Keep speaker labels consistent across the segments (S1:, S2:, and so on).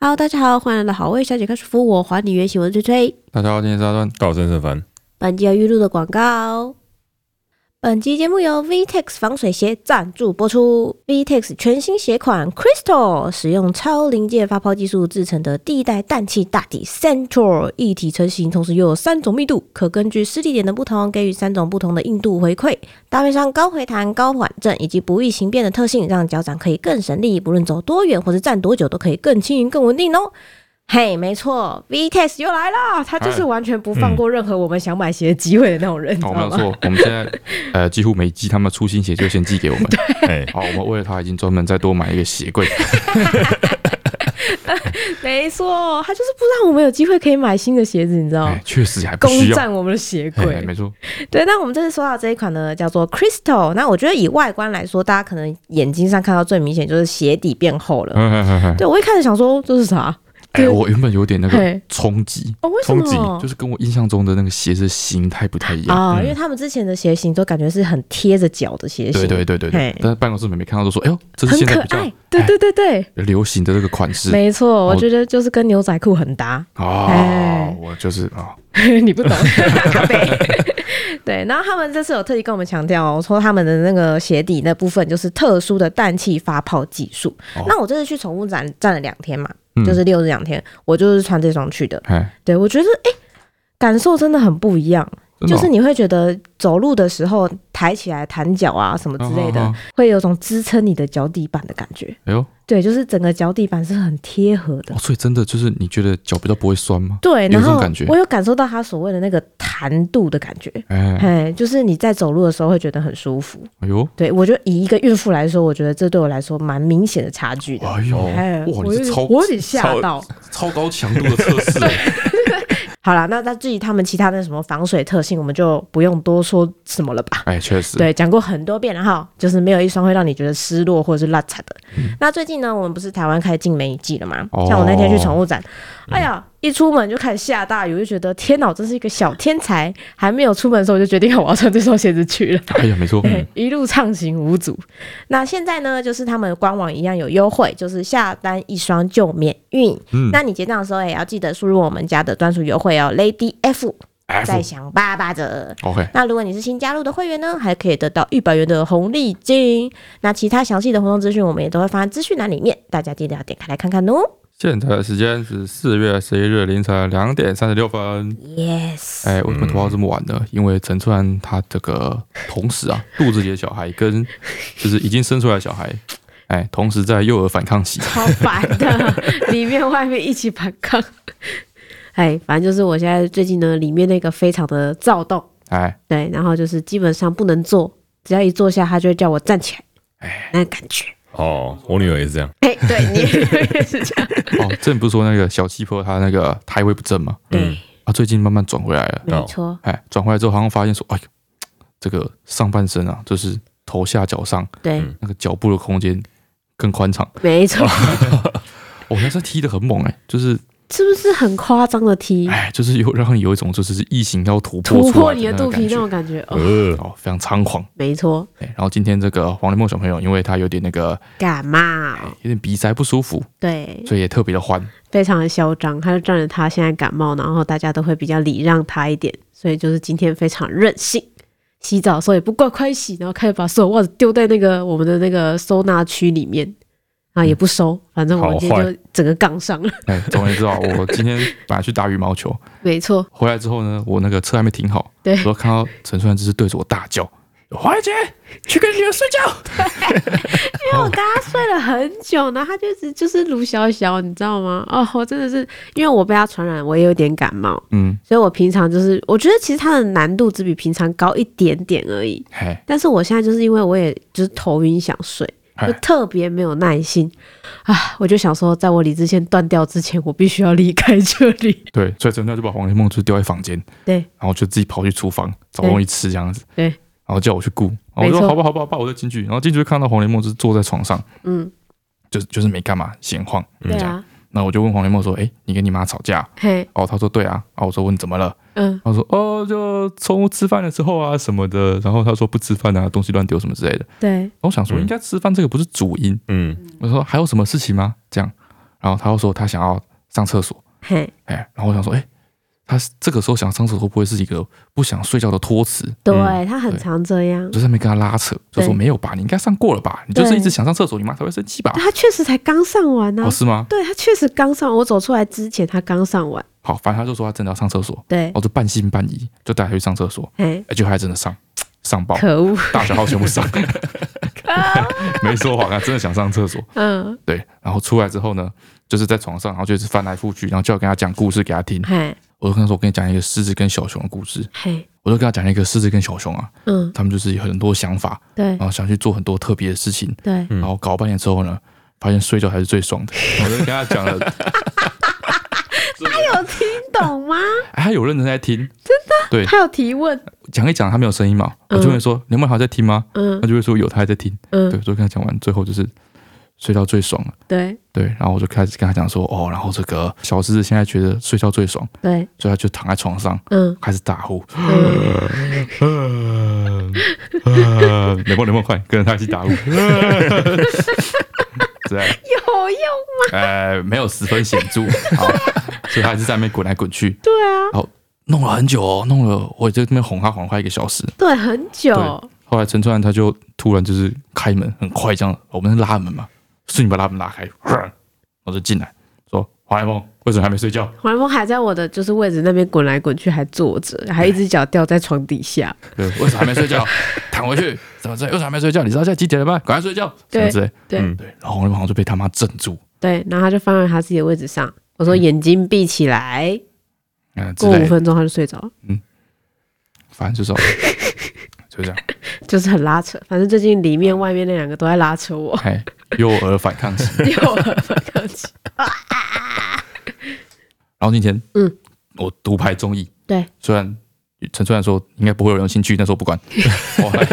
S1: Hello，大家好，欢迎来到好味小姐开始服我还你原形文吹吹。
S2: 大家好，今天是阿段。
S3: 高深是凡，
S1: 本集有预录的广告。本集节目由 VTEX 防水鞋赞助播出。VTEX 全新鞋款 Crystal 使用超临界发泡技术制成的第一代氮气大底 Central 一体成型，同时又有三种密度，可根据湿地点的不同，给予三种不同的硬度回馈。搭配上高回弹、高缓震以及不易形变的特性，让脚掌可以更省力，不论走多远或是站多久，都可以更轻盈、更稳定哦。嘿，没错，VTEX 又来啦！他就是
S2: 嗨
S1: 完全不放过任何我们想买鞋的机会的那种人，你知
S2: 哎嗯
S1: 道
S2: 哦，没有
S1: 吗？
S2: 错，我们现 在呃几乎每一季他们出新鞋就先寄给我们。哦
S3: 哎，
S2: 好，我们为了他已经专门再多买一个鞋柜。
S1: 没错，他就是不让我们有机会可以买新的鞋子，你知道吗
S2: 哎，？确实还不
S1: 攻
S2: 需要。
S1: 占我们的鞋
S2: 哎，
S1: 柜
S2: 没。错，
S1: 对，那我们这次说到这一款呢，叫做 Crystal。那我觉得以外观来说，大家可能眼睛上看到最明显就是鞋底变厚了。
S2: 嗯嗯嗯嗯
S1: 对我一开始想说这是啥？
S2: 哎，我原本有点那
S1: 嘿
S2: 个冲击，
S1: 哦，为什么？
S3: 冲击
S2: 就是跟我印象中的那个鞋子的形态不太一样。
S1: 啊、
S3: 嗯
S1: 因为他们之前的鞋型都感觉是很贴着脚的鞋型，
S2: 对对对对对
S1: 嘿，
S2: 但是办公室妹妹看到都说：“哎呦，这是
S1: 很
S2: 现在
S1: 可
S2: 比
S1: 爱
S2: 较。
S1: 对对对对，
S2: 流行的这个款式
S1: 没错，我
S2: 哦
S1: 觉得就是跟牛仔裤很搭。哎
S2: 哦，我就是啊，
S1: 你 不懂，咖啡。 对，然后他们这次有特意跟我们强调、哦，说他们的那个鞋底那部分就是特殊的氮气发泡技术。
S2: 哦
S1: 那我这次去宠物展站了两天嘛，
S2: 嗯
S1: 就是六日两天，我就是穿这双去的。
S2: 哎，
S1: 对我觉得，哎、感受真的很不一样，
S2: 真的
S1: 就
S2: 哦
S1: 是你会觉得走路的时候抬起来弹脚啊什么之类的，
S2: 哦哦哦
S1: 会有种支撑你的脚底板的感觉。
S2: 哎呦，
S1: 对，就是整个脚底板是很贴合的
S2: 哦，。所以真的就是你觉得脚比较不会酸吗？
S1: 对，
S2: 有这
S1: 然
S2: 种
S1: 后
S2: 感觉
S1: 我有感受到它所谓的那个弹度的感觉。
S2: 哎，
S1: 哎，就是你在走路的时候会觉得很舒服。
S2: 哎呦，
S1: 对我觉得以一个孕妇来说，我觉得这对我来说蛮明显的差距的。
S2: 哎呦，
S1: 哎，
S2: 哇，
S1: 我
S2: 你
S1: 有
S2: 是超
S1: 点我有点吓到。
S2: 超高强度的测 试，
S1: 好啦，那那至于他们其他的什么防水特性，我们就不用多说什么了吧。
S2: 哎，确实，
S1: 对，讲过很多遍了哈，就是没有一双会让你觉得失落或者是落差的。那最近呢，我们不是台湾开始进梅雨季了嘛？
S2: 嗯哦嗯
S1: 像我那天去宠物展，哎呀，一出门就开始下大雨，我就觉得天哪，我真是一个小天才！还没有出门的时候，我就决定我要穿这双鞋子去了。
S2: 哎呀，没错，
S1: 对，一路畅行无阻。那现在呢，就是他们官网一样有优惠，就是下单一双就免运。
S2: 嗯
S1: 那你结账的时候也要记得输入我们家的专属优惠哦，Lady F 再
S2: F
S1: 享八八折。
S2: 哎 OK，
S1: 那如果你是新加入的会员呢，还可以得到一百元的红利金。那其他详细的活动资讯，我们也都会放在资讯栏里面，大家记得要点开来看看哦。
S2: 现在的时间是四月十一日凌晨两点三十六分。
S1: Yes，
S2: 哎，为什么拖到这么晚呢？因为陈川他这个同时 啊，肚子里的小孩跟就是已经生出来的小孩，哎，同时在幼儿反抗期。
S1: 超烦的，里面外面一起反抗。
S4: 哎，反正就是我现在最近呢，里面那个非常的躁动，
S2: 哎，
S4: 对，然后就是基本上不能坐，只要一坐下，他就会叫我站起
S2: 哎
S4: 来，那个感觉。
S3: 哦，我女儿也是这样，
S1: 哎，对你也是这样。
S2: 哦，之前不是说那个小气泡他那个胎位不正吗？
S3: 嗯
S4: 对，
S2: 啊，最近慢慢转回来了。
S4: 没错，
S2: 哎，转回来之后好像发现说，哎呦，这个上半身啊，就是头下脚上
S4: 对，
S3: 嗯
S2: 那个脚部的空间更宽敞。
S4: 没错，
S2: 哦，那是踢得很猛哎、就是
S4: 是不是很夸张的踢，
S2: 哎，就是有让你有一种就是异形要突破
S4: 突
S2: 出
S4: 破
S2: 来
S4: 你的
S2: 那
S4: 肚
S2: 个
S4: 皮
S2: 感
S4: 那
S2: 觉
S4: 种感觉？哦，
S3: 呃，
S2: 哦，非常猖狂。
S4: 没错，
S2: 哎，然后今天这个黄连梦小朋友，因为他有点那个
S4: 感冒，
S2: 有点鼻塞不舒服，
S4: 对，
S2: 所以也特别的欢。
S4: 非常的嚣张，他就仗着他现在感冒，然后大家都会比较礼让他一点，所以就是今天非常任性。洗澡的时候也不乖乖洗，然后开始把所有袜子丢在那个我们的那个收纳区里面，然后也不收，反正我们今
S3: 好
S4: 天
S3: 坏
S4: 就整个杠上了。
S2: 哎，总而言之啊，我今天本来去打羽毛球，
S4: 没错，
S2: 回来之后呢，我那个车还没停好，
S4: 对
S2: 我都看到陈川就是对着我大叫：“华姐，去跟女儿睡觉。”
S4: 因为我跟他睡了很久，然后他就是就是卢小小，你知道吗？哦，我真的是因为我被他传染，我也有点感冒，
S2: 嗯，
S4: 所以我平常就是我觉得其实他的难度只比平常高一点点而已，
S2: 嘿，
S4: 但是我现在就是因为我也就是头晕想睡，
S2: 嗨
S4: 就特别没有耐心啊！我就想说，在我理智线断掉之前，我必须要离开这里。
S2: 对，所以陈亮就把黄连梦就丢在房间，
S4: 对，
S2: 然后就自己跑去厨房找东西吃这样子，
S4: 对
S2: 然后叫我去顾，然后我
S4: 没
S2: 说
S4: 错
S2: 好吧好吧好吧，我就进去，然后进去就看到黄连梦就是坐在床上，
S4: 嗯，
S2: 就就是没干嘛闲晃，
S4: 对啊，
S2: 那我就问黄连梦说，哎，你跟你妈吵架？
S4: 嘿，
S2: 哦，她说对啊，啊，我说问怎么了？
S4: 嗯，
S2: 然后说哦，就宠物吃饭的时候啊什么的，然后他说不吃饭啊，东西乱丢什么之类的。
S4: 对，
S2: 然后我想说，
S3: 嗯
S2: 应该吃饭这个不是主因。
S3: 嗯，
S2: 我说还有什么事情吗？这样，然后他又说他想要上厕所，
S4: 嘿，
S2: 哎，然后我想说，哎，他这个时候想上厕所会不会是一个不想睡觉的托词？嗯
S4: 对他很常这样
S2: 我，就在那边跟他拉扯，就
S4: 对
S2: 说没有吧，你应该上过了吧，你就是一直想上厕所，你妈才会生气吧？
S4: 他确实才刚上完呢
S2: 哦，。是吗？
S4: 对他确实刚上，我走出来之前他刚上完，
S2: 好，反正他就说他真的要上厕所，哦
S4: 对
S2: 我，就半信半疑，就带他去上厕所，
S4: 哎，
S2: 哎，结果还真的上，上爆，
S4: 可恶，
S2: 大小号全部 上， 没说谎啊，真的想上厕所。
S4: 嗯，
S2: 对，然后出来之后呢，就是在床上，然后就一直翻来覆去，然后就要跟他讲故事给他听。
S4: 嘿，
S2: 我就跟他说，我跟你讲一个狮子跟小熊的故事。
S4: 嘿，
S2: 我就跟他讲一个狮子跟小熊啊，
S4: 嗯，
S2: 他们就是有很多想法，
S4: 对
S2: 然，后想去做很多特别的事情，
S4: 对，
S2: 然后搞半天之后呢，发现睡觉才是最爽的。我就跟他讲了，
S4: 他有听懂吗？
S2: 哎他有认真在听，对
S4: 他有提问，
S2: 讲一讲他没有声音嘛，我就会说你有没有还在听吗？
S4: 嗯
S2: 他就会说有，他还在听。对，
S4: 嗯
S2: 我，就跟他讲完，最后就是睡觉最爽了。
S4: 对
S2: 对，然后我就开始跟他讲说，哦，然后这个小狮子现在觉得睡觉最爽，
S4: 对，
S2: 所以他就躺在床上
S4: 嗯
S2: 开始大呼，
S4: 嗯，
S2: 呃呃，雷梦雷梦快跟着他一起打呼，呃这样，
S4: 有用，
S2: 呃，没有十分显著，好，所以他还是在那边滚来滚去，
S4: 对啊，
S2: 弄了很久哦，弄了，我就在那边哄他哄了快一个小时。
S4: 对，很久，
S2: 对后来陈川他就突然就是开门，很快这样，我们拉门嘛，瞬间把拉门拉开，我就进来说：“黄海梦，为什么还没睡觉
S4: 黄连梦还在我的就是位置那边滚来滚去，还坐着，还一只脚掉在床底下。？
S2: 对，为什么还没睡 觉？躺回去，怎么这？为什么还没睡觉？你知道现在几点了吗？赶快睡觉，什么之类。
S4: 对、
S3: 嗯
S2: 对，然后黄海梦好像就被他妈镇住，
S4: 对，然后他就放在他自己的位置上。我说眼睛闭起来，
S2: 嗯之
S4: 过五
S2: 类的，
S4: 分钟他就睡着了，
S2: 反正就是， 就这样，
S4: 就是很拉扯。反正最近里面外面那两个都在 拉扯我，
S2: 哎，幼儿反抗期。
S4: 因为我很反抗期。
S2: 然后那天，
S4: 嗯，
S2: 我独排众议，
S4: 对，
S2: 虽然陈虽然说应该不会有人有兴趣，但是我不 管。我还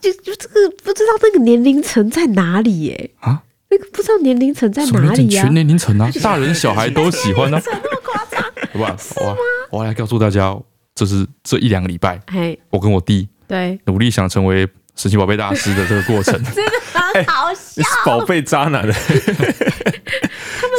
S4: 就就这个不知道那个年龄层在哪里耶、
S2: 啊，
S4: 那个不知道年龄层在
S2: 什么
S4: 哪
S2: 年龄
S4: 里呀、
S2: 全年龄层 啊，大人小孩都喜欢啊，好吧？我我来告诉大家，就是这一两个礼拜，
S4: 嘿，
S2: 我跟我弟
S4: 对，
S2: 努力想成为神奇宝贝大师的这个过 程，
S4: 啊
S2: 哎
S1: 很好笑
S3: 你是宝贝渣男的。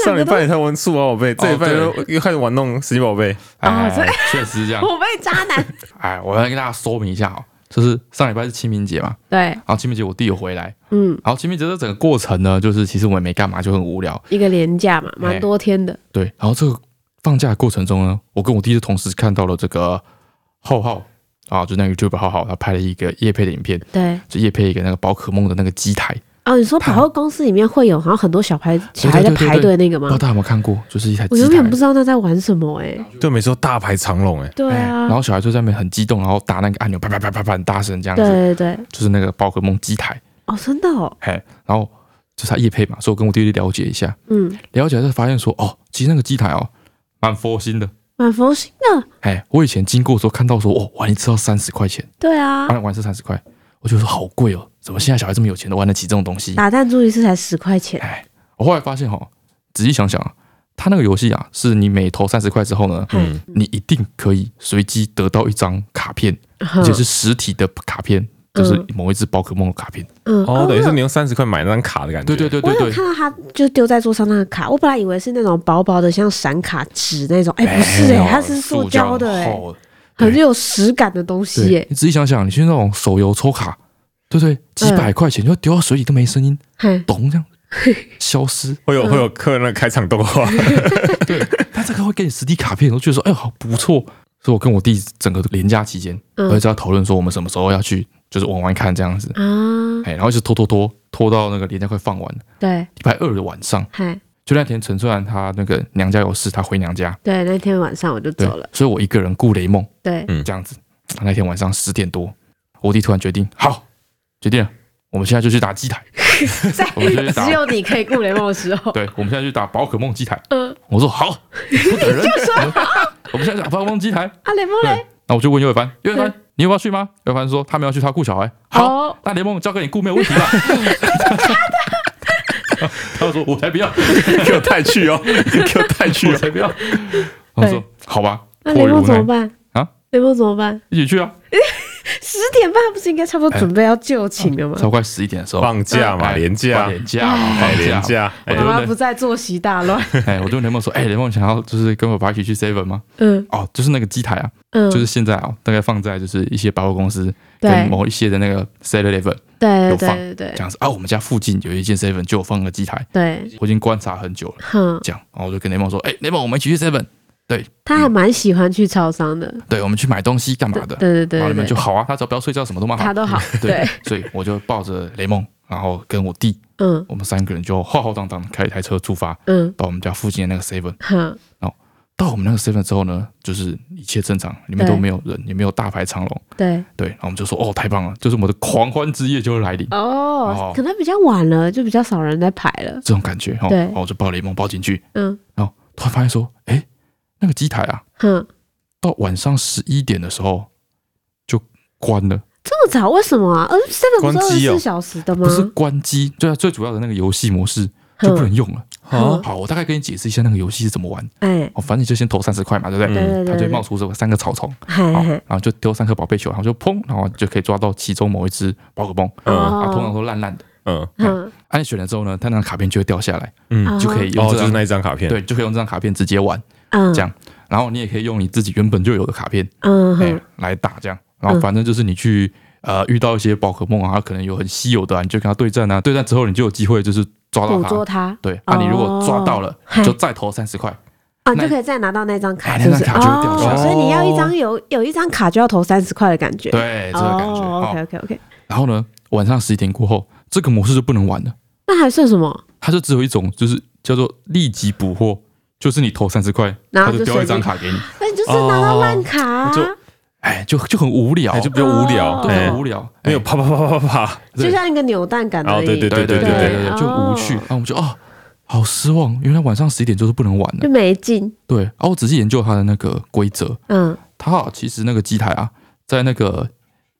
S3: 上礼拜你才玩数码宝贝，这礼拜
S2: 哦
S3: 又又开始玩弄神奇宝贝。
S2: 哎
S4: 哦这，
S2: 确实是 这样。
S4: 我被渣男。
S2: 哎，我来跟大家说明一下哦，就是上礼拜是清明节嘛，
S4: 对，
S2: 然后清明节我弟有回来，
S4: 嗯，
S2: 然后清明节的整个过程呢，就是其实我也没干嘛，就很无聊，
S4: 一个廉价嘛，
S2: 哎
S4: 蛮多天的。
S2: 对，然后这个放假的过程中呢，我跟我弟就同时看到了这个浩浩啊，就那个 YouTube 浩浩，他拍了一个叶配的影片，
S4: 对，
S2: 就叶配一个那个宝可梦的那个机台，
S4: 哦，你说百货公司里面会有好像很多小孩小孩在排队那个
S2: 不
S4: 吗
S2: 知道？大家有没有看过，就是一台
S4: 我
S2: 机
S4: 永
S2: 台
S4: 远不，知道那在玩什么哎、
S3: 对，每次都大排长龙，哎，
S4: 对
S2: 哎
S4: 啊
S2: 然，后小孩就在那边很激动，然后打那个按钮，啪啪啪啪啪，很大声这样
S4: 对
S2: 子，
S4: 对对，
S2: 就是那个宝可梦机台，
S4: 哦，真的哦，
S2: 嘿，然后就是他叶配嘛，所以我跟我弟弟了解一下，
S4: 嗯，
S2: 了解才发现说，哦，其实那个机台哦，蛮佛心的，
S4: 蛮佛心的，
S2: 哎，我以前经过的时候看到说，哦，玩一次要三十块钱。
S4: 对啊，
S2: 玩玩是三十块，我就说好贵哦，怎么现在小孩这么有钱都玩得起这种东西？
S4: 打弹珠一次才十块钱，
S2: 哎，我后来发现哈，仔细想想啊，他那个游戏啊，是你每投三十块之后呢，
S4: 嗯，
S2: 你一定可以随机得到一张卡片，
S4: 哼
S2: 而且是实体的卡片，就是某一只宝可梦的卡片。
S4: 嗯，
S3: 哦，等于
S4: 我
S3: 是
S4: 有
S3: 你用三十块买那张卡的感
S2: 对
S3: 觉。
S2: 对对
S4: 我
S2: 对
S4: 有
S2: 对，
S4: 看到他就丢在桌上那个卡，我本来以为是那种薄薄的像闪卡纸那种，哎、不是
S2: 没
S4: 哎、
S2: 有
S4: 它是塑胶的哎、
S2: 厚
S4: 很有实感的东西
S2: 对
S4: 耶、，
S2: 你仔细想想，你去那种手游抽卡，对不
S4: 嗯
S2: 对？几百块钱就丢到水里都没声音，
S4: 嘿，
S2: 咚这样 消失。
S3: 会有会有客人那个开场动画，
S2: 哦他这个会给你实体卡片，我就觉得说，哎呦，好不错。所以我跟我弟整个连假期间，
S4: 嗯
S2: 我一直要讨论说我们什么时候要去，就是玩玩看这样子。
S4: 啊，
S2: 哎，然后一直拖拖拖拖到那个连假快放完了，
S4: 对，
S2: 礼拜二的晚上，
S4: 嘿，
S2: 就那天陈虽然他那个娘家有事，他回娘家，
S4: 对，那天晚上我就
S2: 对
S4: 走了，，
S2: 所以我一个人顾雷梦
S4: 对，
S3: 嗯
S2: 这样子。那天晚上十点多，我弟突然决定，好，决定了，我们现在就去打机台，
S4: 在
S2: 我们就 去打
S4: 只有你可以顾雷梦的时候，
S2: 对，我们现在去打宝可梦机台。
S4: 嗯，
S2: 我说 好，不等人，我们现在打宝可梦机台。
S4: 啊，雷梦
S2: 对
S4: 嘞，，
S2: 那我就问尤伟凡，尤伟凡，你要不要去吗？尤伟凡说他们要去，他顾小孩。好，
S4: 哦，
S2: 那联盟交给你顾没有问题吧？ 他说我才不要，
S3: 给我带去哦，给我带去
S2: 我
S3: 哦。
S2: 才不要。我说好吧，
S4: 那
S2: 迫
S4: 雷
S2: 于
S4: 梦
S2: 无
S4: 怎
S2: 奈
S4: 么办
S2: 啊？
S4: 雷梦怎么办？
S2: 一起去啊！
S4: 十点半不是应该差不
S2: 哎
S4: 多准备要就寝了吗？
S2: 超快十一点的时候，
S3: 放假嘛，
S2: 哎
S3: 廉价，
S2: 放廉价嘛，
S3: 哎，
S2: 放
S3: 廉价，
S2: 我
S3: 哎
S2: 就
S4: 妈妈
S2: 问
S4: 不在，作息 大乱。
S2: 哎，我就问雷梦说，哎，雷梦想要就是跟我爸一起去 seven 吗？
S4: 嗯
S2: 哦，就是那个机台啊，
S4: 嗯，
S2: 就是现在啊，大概放在就是一些百货公司跟
S4: 对
S2: 某一些的那个 seven eleven
S4: 对
S2: 有
S4: 对
S2: 放
S4: 对对
S2: 这样子啊，我们家附近有一间 seven 就有放个机台，
S4: 对，
S2: 我已经观察很久了，
S4: 哼，
S2: 这样，然后我就跟雷梦说，哎，雷梦，我们一起去 seven，
S4: 他还蛮喜欢去超商的。
S2: 对，我们去买东西干嘛嗯的？
S4: 对对
S2: 然后你
S4: 对对
S2: 们就
S4: 对，
S2: 好啊，他只要不要睡觉，什么都蛮
S4: 他
S2: 好。
S4: 都好。
S2: 对
S4: 对，，
S2: 所以我就抱着雷梦，然后跟我弟，
S4: 嗯
S2: 我们三个人就浩浩荡荡地开一台车出发，
S4: 嗯，
S2: 到我们家附近的那个 seven。
S4: 哼，
S2: 到我们那个 seven 之后呢，就是一切正常，里面
S4: 对
S2: 都没有人，也没有大排长龙。
S4: 对。
S2: 对，然后我们就说哦，太棒了，就是我们的狂欢之夜就会来临，
S4: 哦
S2: 哦，
S4: 可能比较晚了，就比较少人在排了。
S2: 这种感觉。哦，
S4: 对
S2: 然后我就抱雷梦抱进去，
S4: 嗯
S2: 然后突然发现说，哎，那个机台啊，
S4: 哼，
S2: 到晚上十一点的时候就关了，
S4: 这么早为什么啊？呃，seven 不
S3: 关
S4: 是二
S3: 机
S4: 十
S3: 哦
S4: 四小时的吗？
S2: 不是关机，对啊，最主要的那个游戏模式就不
S4: 嗯哼，
S2: 能用 了。
S3: 啊
S4: 哼
S2: 好，我大概跟你解释一下那个游戏是怎么玩。
S4: 哎，
S2: 哦，反正你就先投三十块嘛，对不对？
S4: 对对
S2: 它
S4: 对
S2: 嗯就
S4: 对
S2: 会
S4: 对，
S2: 冒出这个三个草丛，
S4: 嘿
S2: 好，
S4: 嘿嘿
S2: 然后就丢三颗宝贝球，然后就砰，然后就可以抓到其中某一只宝可梦，
S3: 嗯
S4: 哦
S2: 啊，通常都哎烂烂的。啊
S3: 嗯
S4: 嗯，
S2: 按、你选了之后呢，它那张卡片就会掉下来，
S3: 嗯，
S2: 就可以啊用
S3: 哦，
S2: 这
S3: 就是
S2: 张、
S3: 那一张卡片，
S2: 对，就可以用这张卡片直接玩。
S4: 嗯
S2: 这样然后你也可以用你自己原本就有的卡片，
S4: 嗯
S2: 哎、
S4: 哼，
S2: 来打这样。然后反正就是你去呃遇到一些宝可梦啊，它可能有很稀有的、啊，你就跟它对战啊，对战之后你就有机会就是抓到
S4: 捕捉
S2: 它。
S4: 它
S2: 对，啊，你如果抓到了，
S4: 哦
S2: 就再投三十块。
S4: 啊，你
S2: 那
S4: 就可以再拿到那张卡，
S2: 哎
S4: 是不是？
S2: 那张卡就会掉下
S4: 哦，
S2: 来
S4: 所以你要一张有有一张卡就要投三十块的感觉。，
S2: 对，这个感觉。
S4: 哦
S2: 好
S4: ，OK OK OK，
S2: 然后呢，晚上十一点过后，这个模式就不能玩了，
S4: 那还剩什么？
S2: 它就只有一种，就是叫做立即捕获，就是你投三十块，
S4: 然后
S2: 它
S4: 就
S2: 就丢一张
S4: 随机
S2: 卡给你，
S4: 那你就是拿到烂卡啊，
S3: 就
S2: 哎，就就很无聊，
S3: 哎，就比较无聊，
S4: 哦
S2: 对
S3: 哎
S2: 很无，聊，
S3: 没有
S2: 哎
S3: 啪啪啪啪啪，
S2: 对
S4: 就像一个扭蛋感而
S3: 哦
S4: 已。
S3: 对对
S2: 对对对
S4: 对
S2: 对对，
S4: 对
S2: 就很无趣。
S4: 哦
S2: 然后我们就哦，好失望，原来晚上十一点就是不能玩
S4: 就
S2: 了。
S4: 没劲。
S2: 对，然后我仔细研究它的那个规则，
S4: 嗯，
S2: 它啊其实那个机台啊，在那个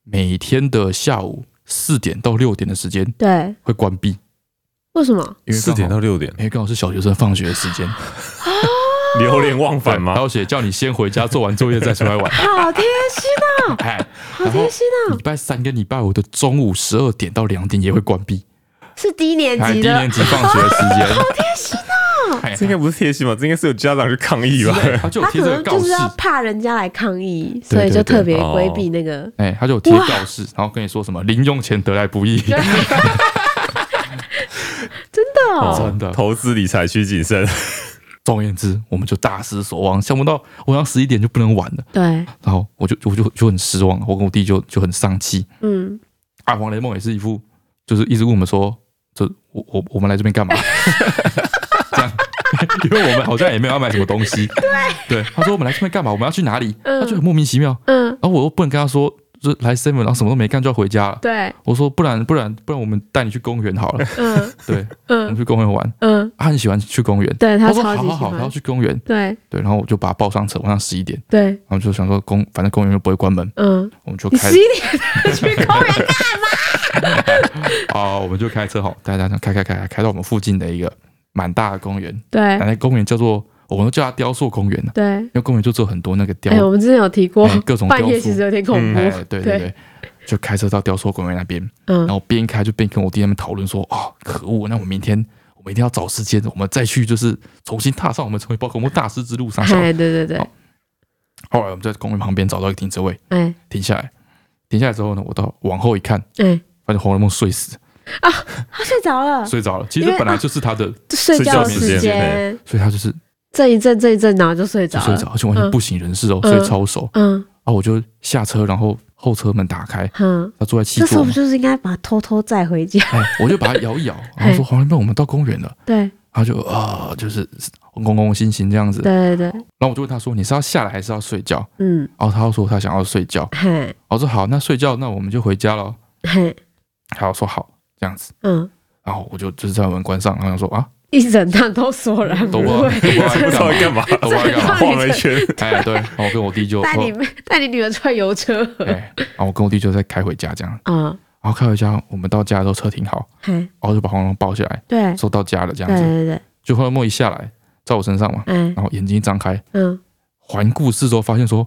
S2: 每天的下午四点到六点的时间
S4: 对，
S2: 会关闭，
S4: 为什么？
S2: 因为
S3: 四
S2: 刚好
S3: 点到六点，
S2: 因为刚好是小学生放学的 时间。
S3: 流连忘返
S2: 然
S3: 吗？
S2: 后写叫你先回家做完作业再出来 玩。
S4: 好贴心，啊
S2: 哎，
S4: 好贴心啊
S2: 礼拜三跟礼拜五的中午十二点到两点也会关闭，
S4: 啊！是低年
S2: 哎，
S4: 级
S2: 低年
S4: 的，
S2: 级放学的时 间。好贴心
S4: 哦
S2: 啊！哎
S3: 这应该不是贴心吧？这应该是有家长去抗议吧？
S2: 对，他就有
S4: 他
S2: 贴
S4: 可
S2: 这个
S4: 能
S2: 告
S4: 就是
S2: 示，
S4: 要怕人家来抗议，
S2: 对
S4: 所以就
S2: 对对哦
S4: 特别规避那个。
S2: 哎，他就有贴告示，然后跟你说什么零用钱得来不 易，
S4: 真的哦，
S2: 真的。
S3: 投资理财需谨慎，
S2: 总而言之，我们就大失所望，想不到晚上十一点就不能玩了，
S4: 对，
S2: 然后我就我就就很失望，我跟我弟就就很丧气。
S4: 嗯，
S2: 啊，王雷梦也是一副就是一直问我们说，这我我我们来这边干嘛？ 这样，因为我们好像也没有要买什么东西。对对，他说我们来这边干嘛？我们要去哪里？
S4: 嗯
S2: 他就很莫名其妙。
S4: 嗯，
S2: 然后我又不能跟他说，就是来 seven，然后什么都没干就要回家了。
S4: 对，
S2: 我说不然不然不然我们带你去公园好了。
S4: 嗯
S2: 对，我们
S4: 嗯
S2: 去公园玩。
S4: 嗯，
S2: 他很喜欢去公园。
S4: 对他
S2: 我说
S4: 超
S2: 哦好
S4: 级喜
S2: 好好，他要
S4: 欢，
S2: 去公园。
S4: 对
S2: 对，然后我就把他抱上车，晚上十一点，
S4: 对，
S2: 然后就想说公反正公园又不会关门，
S4: 嗯，
S2: 我们就
S4: 你
S2: 开
S4: 十一点才去公园，
S2: 哦，我们就开车好，大家这样开开开开到我们附近的一个蛮大的公园，
S4: 对
S2: 那公园叫做我们都叫它雕塑公园了、啊
S4: 对。
S2: 因为公园就只有很多那个雕，
S4: 哎，我们之前有提过
S2: 哎， 各种
S4: 半
S2: 雕
S4: 夜
S2: 塑
S4: 其实有点恐怖
S2: 哎，对对
S4: 对
S2: 对，就开车到雕塑公园那边，然
S4: 嗯
S2: 后边开就边跟我弟他们讨论说，哦，可恶，那我明天我们一定要找时间，我们再去就是重新踏上我们成为宝可梦大师之路上。
S4: 哎，对对对
S2: 好，后来我们在公园旁边找到一个停车位，
S4: 哎
S2: 停下来，停下来之后呢，我到往后一看，
S4: 哎，
S2: 发现红楼梦睡死，
S4: 他睡着了，
S2: 睡着了。其实
S4: 因为
S2: 本来
S4: 啊
S2: 就是他的，
S4: 睡
S3: 睡
S4: 觉
S3: 觉
S4: 时
S3: 时间
S4: 间，
S2: 所以他就是
S4: 这一阵这一阵，然后就睡着
S2: 哎就
S4: 了，
S2: 睡着，而且完全不省人事哦，睡超熟。
S4: 嗯
S2: 啊，我就下车，然后后车门打开，
S4: 哼，
S2: 他坐在七
S4: 这时
S2: 座
S4: 候不
S2: 嘛，
S4: 就是应该把他偷偷载回家？
S2: 哎，我就把他摇一 摇，然后说黄连梦，我们到公园了。
S4: 对
S2: 他就啊，就是公公心情这样子。
S4: 对对对，
S2: 然后我就问他说，你是要下来还是要睡觉？
S4: 嗯，
S2: 然后他又说他想要睡觉。
S4: 嘿
S2: 我说好，那睡觉，那我们就回家了。
S4: 嘿，
S2: 他又说好，这样子。
S4: 嗯，
S2: 然后我就就是在门关上，然后想说啊，
S4: 一整趟都索然
S2: 都
S4: 无
S2: 不知道
S4: 味。
S3: 不知
S2: 都
S3: 道
S2: 不
S3: 在
S2: 知道
S3: 干嘛，
S2: 都不知道在干嘛。
S3: 晃了一圈，
S2: 哎，对，然后我跟我弟就，
S4: 带你
S2: 哦
S4: 们 带你女儿出来游车河
S2: 哎，然后我跟我弟就在开回家这样。
S4: 啊，
S2: 然后开回家，我们到家的时候车停好，
S4: 嘿，
S2: 然后就把黄龙抱起来，
S4: 对
S2: 说到家了这
S4: 对
S2: 样子。
S4: 对对，
S2: 就黄龙梦一下来，在我身上嘛，
S4: 哎
S2: 然后眼睛一张开，
S4: 嗯
S2: 环顾四周，发现说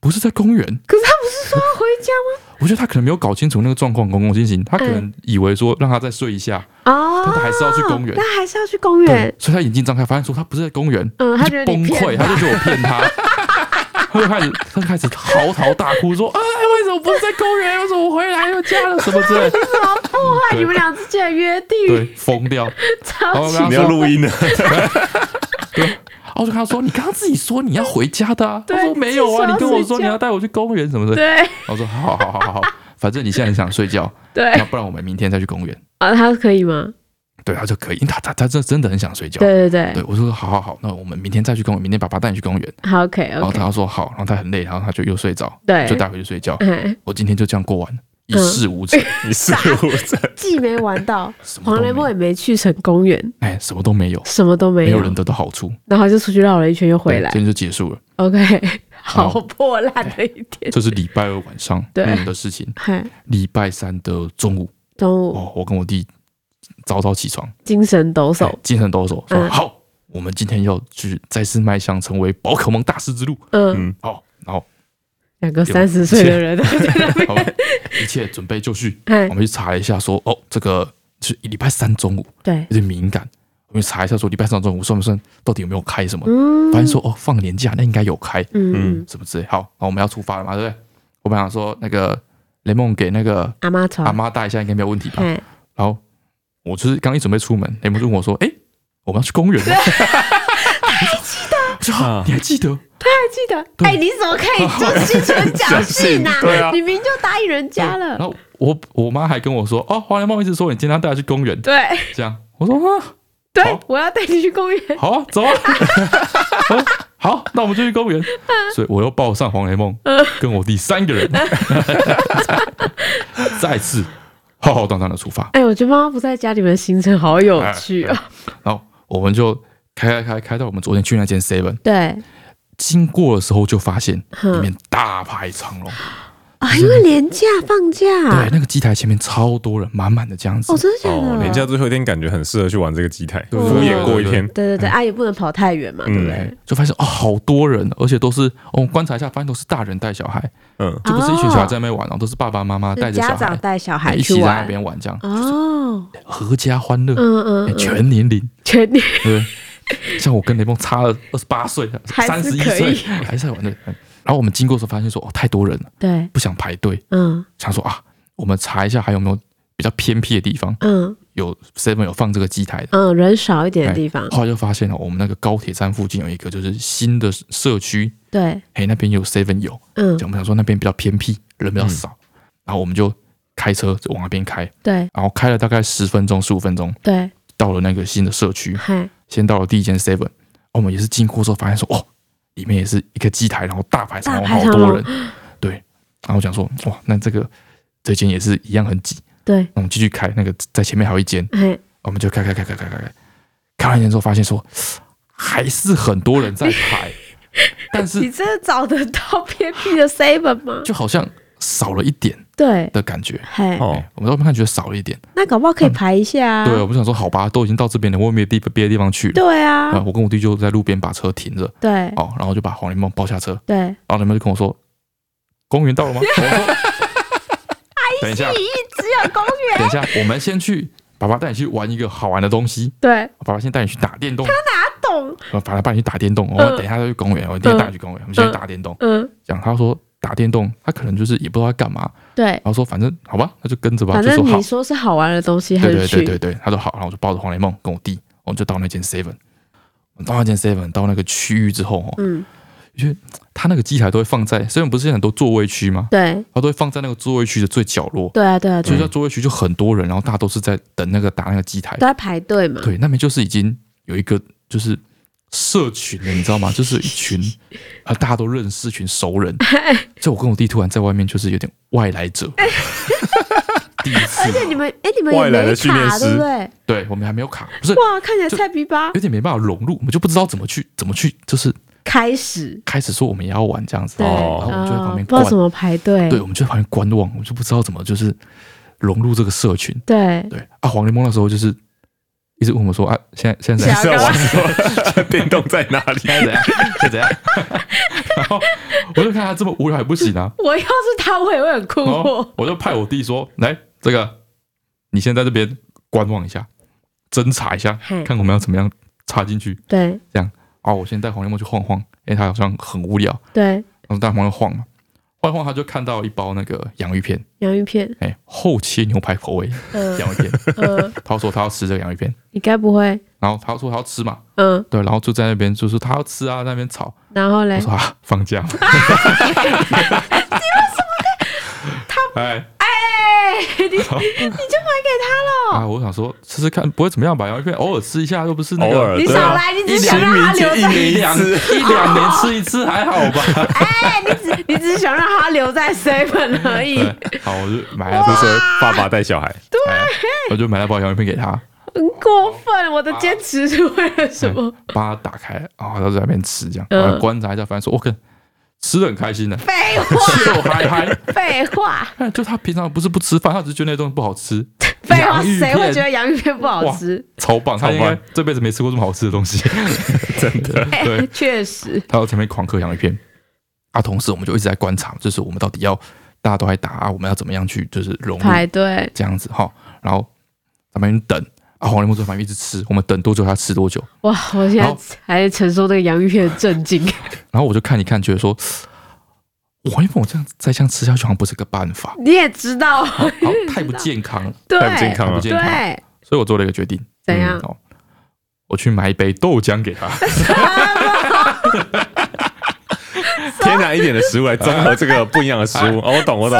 S2: 不是在公园。
S4: 可是他不是说要回家吗？
S2: 我觉得他可能没有搞清楚那个状况，公共情形，他可
S4: 嗯
S2: 能以为说让他再睡一下，
S4: 哦，
S2: 但他还是要去公园
S4: 他还是要去公
S2: 对
S4: 园，。
S2: 所以他眼睛张开，发现说他不是在公园，
S4: 嗯，他
S2: 他
S4: 觉
S2: 就
S4: 得你
S2: 崩
S4: 骗
S2: 溃，
S4: 他
S2: 他就觉得我骗 他，他就开始他就开始嚎啕大哭，说：“哎，为什么不是在公园？为什么我回来又家了？什么之 类的。
S4: 哇 你们俩之间的约”定
S2: 对， 疯掉。然
S4: 超
S2: 后
S4: 级
S2: 跟他
S3: 你要
S2: 说，
S3: 录音呢？
S2: 然后我就跟他说：“你刚刚自己说你要回家的、啊。”
S4: 对
S2: 他说：“没有啊，
S4: 你
S2: 你
S4: 自
S2: 跟我
S4: 己说要睡
S2: 说你
S4: 觉
S2: 要带我去公园什么的。”
S4: 对
S2: 然后我说：“好好好好好，反正你现在很想睡觉，
S4: 对
S2: 那不然我们明天再去公园。
S4: 啊，他可以吗？”
S2: 对，他就可以，因为他他他真真的很想睡觉。
S4: 对对对
S2: 对，我说：“好好好，那我们明天再去公园，明天爸爸带你去公园。”
S4: 好，OK
S2: 然后
S4: OK，
S2: 他说：“好。”然后他很累，然后他就又睡着，
S4: 对
S2: 就带回去睡觉。
S4: 哎，
S2: 我今天就这样过完了，一
S4: 嗯
S2: 事无成，
S3: 你是我 在
S4: 既没玩到，
S2: 什么
S4: 黄
S2: 都没有
S4: 连波也没去成公园，
S2: 哎，什么都没有，
S4: 什么都没
S2: 没有
S4: 有，
S2: 人得到好处，
S4: 然后就出去绕了一圈又回
S2: 对
S4: 来
S2: 今。天就结 束了。
S4: OK，好
S2: 好
S4: 破烂的一 天。
S2: 这是礼拜二晚上
S4: 对
S2: 嗯的事情，
S4: 嗨，
S2: 礼拜三的中午，
S4: 中午
S2: 哦，我跟我弟早早起床，
S4: 精神抖擞
S2: 哎，精神抖擞，说
S4: 嗯
S2: 好，我们今天要去再次迈向成为宝可梦大师之路。
S4: 嗯，
S2: 好，然 后
S4: 两个三十岁的人，
S2: 好，一切准备就绪，
S4: 哎
S2: 我，们去查了一下说，哦，这个是礼拜三中午，
S4: 对，
S2: 有点敏感。我们查一下，说礼拜三中午算不算？到底有没有开什么？
S4: 嗯
S2: 发现说哦，放年假那应该有开，
S4: 嗯，
S2: 什么之类。好，那我们要出发了嘛，对不对？我本来想说那个雷梦给那个
S4: 阿妈床，
S2: 阿妈带一下，应该没有问题吧？
S4: 哎，
S2: 然后我就是刚一准备出门，雷梦就问我说：“哎、我们要去公 园。”我说啊
S3: 啊
S2: 你还记得？
S4: 还记得？哎，你怎么可以就心存侥幸
S3: 侥幸对
S4: 呐？
S3: 啊
S4: 你明就答应人家
S2: 然
S4: 了，
S2: 后我我妈还跟我说：“哦，黄雷梦一直说你今天要带她去公园，
S4: 对
S2: 这样。”我说：“啊，
S4: 对
S2: 好，
S4: 我要带你去公园。
S2: 好啊，走啊。我说”好，那我们就去公园。所以我又抱上黄雷梦，
S4: 嗯
S2: 跟我弟三个 人，再次浩浩荡荡的出发。
S4: 哎，我觉得妈妈不在家，你们的行程好有
S2: 哎
S4: 趣哦。
S2: 然后我们就开开开开到我们昨天去那间 Seven，
S4: 对
S2: 经过的时候就发现
S4: 哼
S2: 里面大排长龙，
S4: 啊，因为连假放假
S2: 对，，那个机台前面超多人，满满的这样子
S4: 哦，。真的假
S3: 哦，
S4: 的？
S3: 廉价最后一天感觉很适合去玩这个机台，
S2: 对
S3: 敷衍过一天。
S4: 对对对，
S2: 嗯
S4: 啊，也不能跑太远嘛，对
S3: 嗯
S4: 不
S2: 哎
S4: 对？
S2: 就发现哦，好多人，而且都是、哦、我观察一下，发现都是大人带小孩，
S3: 嗯，
S2: 就不是一群小孩在那边玩哦，都是爸爸妈妈带
S4: 是
S2: 着
S4: 家
S2: 小
S4: 长
S2: 孩
S4: 带小
S2: 哎
S4: 孩
S2: 一
S4: 去
S2: 起在那
S4: 玩
S2: 边玩，这样
S4: 哦，
S2: 合家欢乐，
S4: 嗯嗯
S2: 哎
S4: 嗯，
S2: 全年龄，
S4: 全年
S2: 对不对， 像我跟雷梦差了二十八岁，
S4: 还
S2: 三
S4: 是
S2: 十一
S4: 可
S2: 岁
S4: 以
S2: 还是在玩的。嗯然后我们经过的时候发现说，哦，太多人了，
S4: 对，
S2: 不想排队，
S4: 嗯
S2: 想说啊，我们查一下还有没有比较偏僻的地方
S4: 嗯
S2: 有 Seven 有放这个机台的。
S4: 嗯，人少一点
S2: 哎
S4: 的地方，
S2: 后来就发现了，我们那个高铁站附近有一个就是新的社区，
S4: 对，
S2: 哎，那边有 Seven 有，
S4: 嗯
S2: 我们想说那边比较偏僻，人比较少，然后我们就开车就往那边开，
S4: 对
S2: 然后开了大概十分钟十五分钟，
S4: 对，
S2: 到了那个新的社区，
S4: 嗨，
S2: 先到了第一间 Seven，我哦们也是经过之后发现说，哦，里面也是一个机台，然后大排长龙，
S4: 大排
S2: 好
S4: 长
S2: 多
S4: 龙
S2: 人，对，然后我想说，哇，那这个这间也是一样很挤，
S4: 对，
S2: 那我们继续开，那个在前面还有一间，
S4: 嗨，
S2: 我们就开开开开开开开，开完一间之后发现说还是很多人在 排，但
S4: 你
S2: 是
S4: 真的找得到 偏僻的 seven 吗？
S2: 就好像少了一点
S4: 对，
S2: 的感觉。
S4: 嗨，
S3: 哦
S2: 哎，，我们到那边看觉得少了一点，
S4: 那搞不好可以排一下啊，
S2: 嗯对，我们哦想说好吧，都已经到这边了，我也没有地别的地方去了。
S4: 对
S2: 啊，
S4: 啊，哎
S2: 我跟我弟就在路边把车停着，
S4: 对
S2: 哦，然后就把黄连梦抱下车，
S4: 对，
S2: 然后他们就跟我说：“公园到 了吗？”我说：“等一下，
S4: 只有公园，
S2: 等一下，我们先去，爸爸带你去玩一个好玩的东西，
S4: 对，
S2: 爸爸先带你去打电动。”
S4: 懂，
S2: 我反正帮你去打电动，我们等一下再去公园，我一定要带你去公园，我们先去打电动。
S4: 嗯，
S2: 讲他说打电动，他可能就是也不知道要干嘛，
S4: 对
S2: 然，后说反正好吧，那就跟着吧，
S4: 反
S2: 就说
S4: 正
S2: 好
S4: 你，说是好玩的东西，他
S2: 对
S4: 就
S2: 对对对
S4: 去，
S2: 对，他说好，然后我就抱着黄雷梦跟我弟，我们就到那间 seven，我们到那间 seven 到那个区域之后，哦，
S4: 嗯，
S2: 因为他那个机台都会放在，虽然不是现在很多座位区吗？
S4: 对
S2: 他都会放在那个座位区的最角落，
S4: 对啊对啊，
S2: 所以
S4: 对啊，
S2: 在座位区就很多人，然后大家都是在等那个打那个机台
S4: 都，在排队嘛，
S2: 对，那边就是已经有一个就是社群了，你知道 吗？就是一群啊，大家都认识一群熟人。就我跟我弟突然在外面就是有点外来 者，第一
S4: 而且
S2: 次，
S4: 你们，哎，你们也
S3: 外来
S4: 没
S3: 的训练
S4: 卡，
S3: 师
S4: 对不对？
S2: 对我们还没有卡，不是
S4: 哇，看起来
S2: 就
S4: 菜逼吧
S2: 有，点没办法融入，我们就不知道怎么去怎么去，就是
S4: 开始，
S2: 开始说我们也要玩这样子，
S4: 对，
S2: 然
S3: 哦
S2: 后我们就在旁
S4: 啊
S2: 边
S4: 不知道怎
S2: 观，
S4: 么排队，
S2: 对，我们就在旁边观望，我们就不知道怎么就是融入这个社群。
S4: 对
S2: 对啊，黄连梦那时候就是一直问我说啊，现在现在
S3: 你
S2: 怎
S3: 是
S2: 样
S3: 要玩说电动在哪里？
S2: 现在怎样，现在怎样， 然后我就看他这么无聊还不行啊，
S4: 我要是他， 我也会很困
S2: 然后
S4: 惑。
S2: 我就派我弟说，来这个，你先在这边观望一下，侦查一下
S4: 嘿，
S2: 看我们要怎么样插进去。
S4: 对
S2: 啊，我先带黄连木去晃晃，哎，他好像很无聊，
S4: 对，
S2: 然后带黄连木晃嘛，晃一晃他就看到一包那个洋芋片，
S4: 洋芋片，
S2: 哎，厚切牛排口味
S4: 嗯、
S2: 洋芋片，
S4: 嗯，
S2: 他说他要吃这个洋芋片，
S4: 你该不会，
S2: 然后他说他要吃嘛，
S4: 嗯、
S2: 对，然后就在那边就是他要吃啊，在那边吵，
S4: 然后嘞
S2: 我，说啊，放 假嘛。他哎
S4: 哎、你你就买给
S2: 啊！我想说吃吃看，不会怎么样吧？洋芋片偶尔吃一下，又不是那
S3: 偶
S2: 个
S3: 尔
S4: 他了，你
S3: 对
S4: 少
S3: 啊，
S4: 来，你
S2: 一
S4: 只想让他
S2: 年
S4: 留在，
S2: 一年一两
S3: 吃
S2: 一两年吃一次还好 吧？
S4: 哎、 你只你只想让他 留在 seven 而已，
S2: 对，好，我就买了
S3: 就
S2: 包，
S3: 是爸爸 带小孩，
S2: 哎我就买了包洋芋片给他，
S4: 很过分。我的坚持是为了什么？
S2: 帮他打开，然后他就在那边吃，这样，
S4: 嗯
S2: 然后观察一下，反正说，我哦看吃的很开心的，
S4: 废话，
S2: 就嗨嗨。
S4: 废 话，
S2: 哎就他平常不是不吃饭，他只是觉得那东西不好 吃，
S4: 废话，
S2: 洋芋
S4: 啊谁会
S2: 片
S4: 觉得洋芋片不好吃？
S2: 超棒，他应
S3: 超
S2: 该
S3: 棒
S2: 这辈子没吃过这么好吃的东西。
S3: 真的
S4: 哎、
S2: 对，嗯
S4: 确实，
S2: 他要前面狂嗑洋芋片。啊，同时我们就一直在观察，就是我们到底要大家都在打、啊，我们要怎么样去就是融入
S4: 排队，
S2: 这样子哈。然后咱们等啊，黄连木这反正一直吃，我们等多久他吃多久。
S4: 哇，我现
S2: 好
S4: 在还承受那个洋芋片的震惊。
S2: 然后我就看一看，觉得说黄连木这样再这样吃下去好像不是个办 法，
S4: 你也知道，
S2: 好好太不健康了，
S4: 对
S3: 太不健康
S2: 太不
S3: 了。
S2: 健康哎了。
S4: 对，
S2: 所以我做了一个决定，
S4: 怎样
S2: 哦，我去买一杯豆浆给他。
S3: 天哪，一点的食物来综合这个不一样的食 物。哦，我懂，我懂。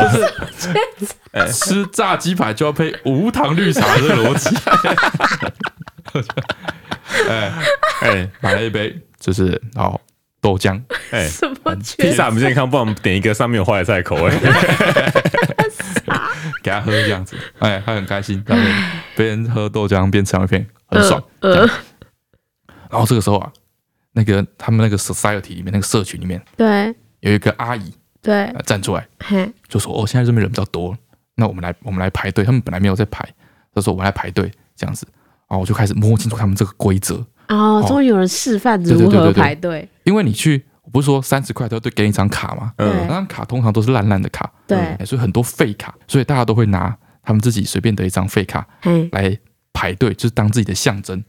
S2: 吃炸鸡排就要配无糖绿茶的逻辑。哎，
S3: 哎
S2: 买了一杯，就是好豆浆，
S3: 哎，
S4: 什么
S3: 披
S4: 缺
S3: 萨不健康，不然我们点一个上面有花椰菜的口 味。
S2: 给他喝这样子。哎，他很开心，他边喝豆浆边吃洋芋片，很爽。
S4: 嗯嗯
S2: 这样然后这个时候啊，那个他们那个 society 里面那个社群里面
S4: 对
S2: 有一个阿姨
S4: 对，
S2: 呃站出来，
S4: 嘿，
S2: 就说：“哦，现在这边人比较多，那我们来我们来排队。”他们本来没有在排，他说：“我们来排队这样子。”然后我就开始摸清楚他们这个规则。
S4: 哦
S2: 哦，
S4: 终于有人示范
S2: 对对
S4: 如
S2: 对
S4: 何
S2: 对对
S4: 排队，
S2: 因为你去，我不是说三十块都对给你一张卡嘛，
S3: 嗯
S2: 那张卡通常都是烂烂的卡，
S4: 对，
S2: 哎所以很多废卡，所以大家都会拿他们自己随便的一张废卡
S4: 嘿，
S2: 来排队，就是当自己的象征。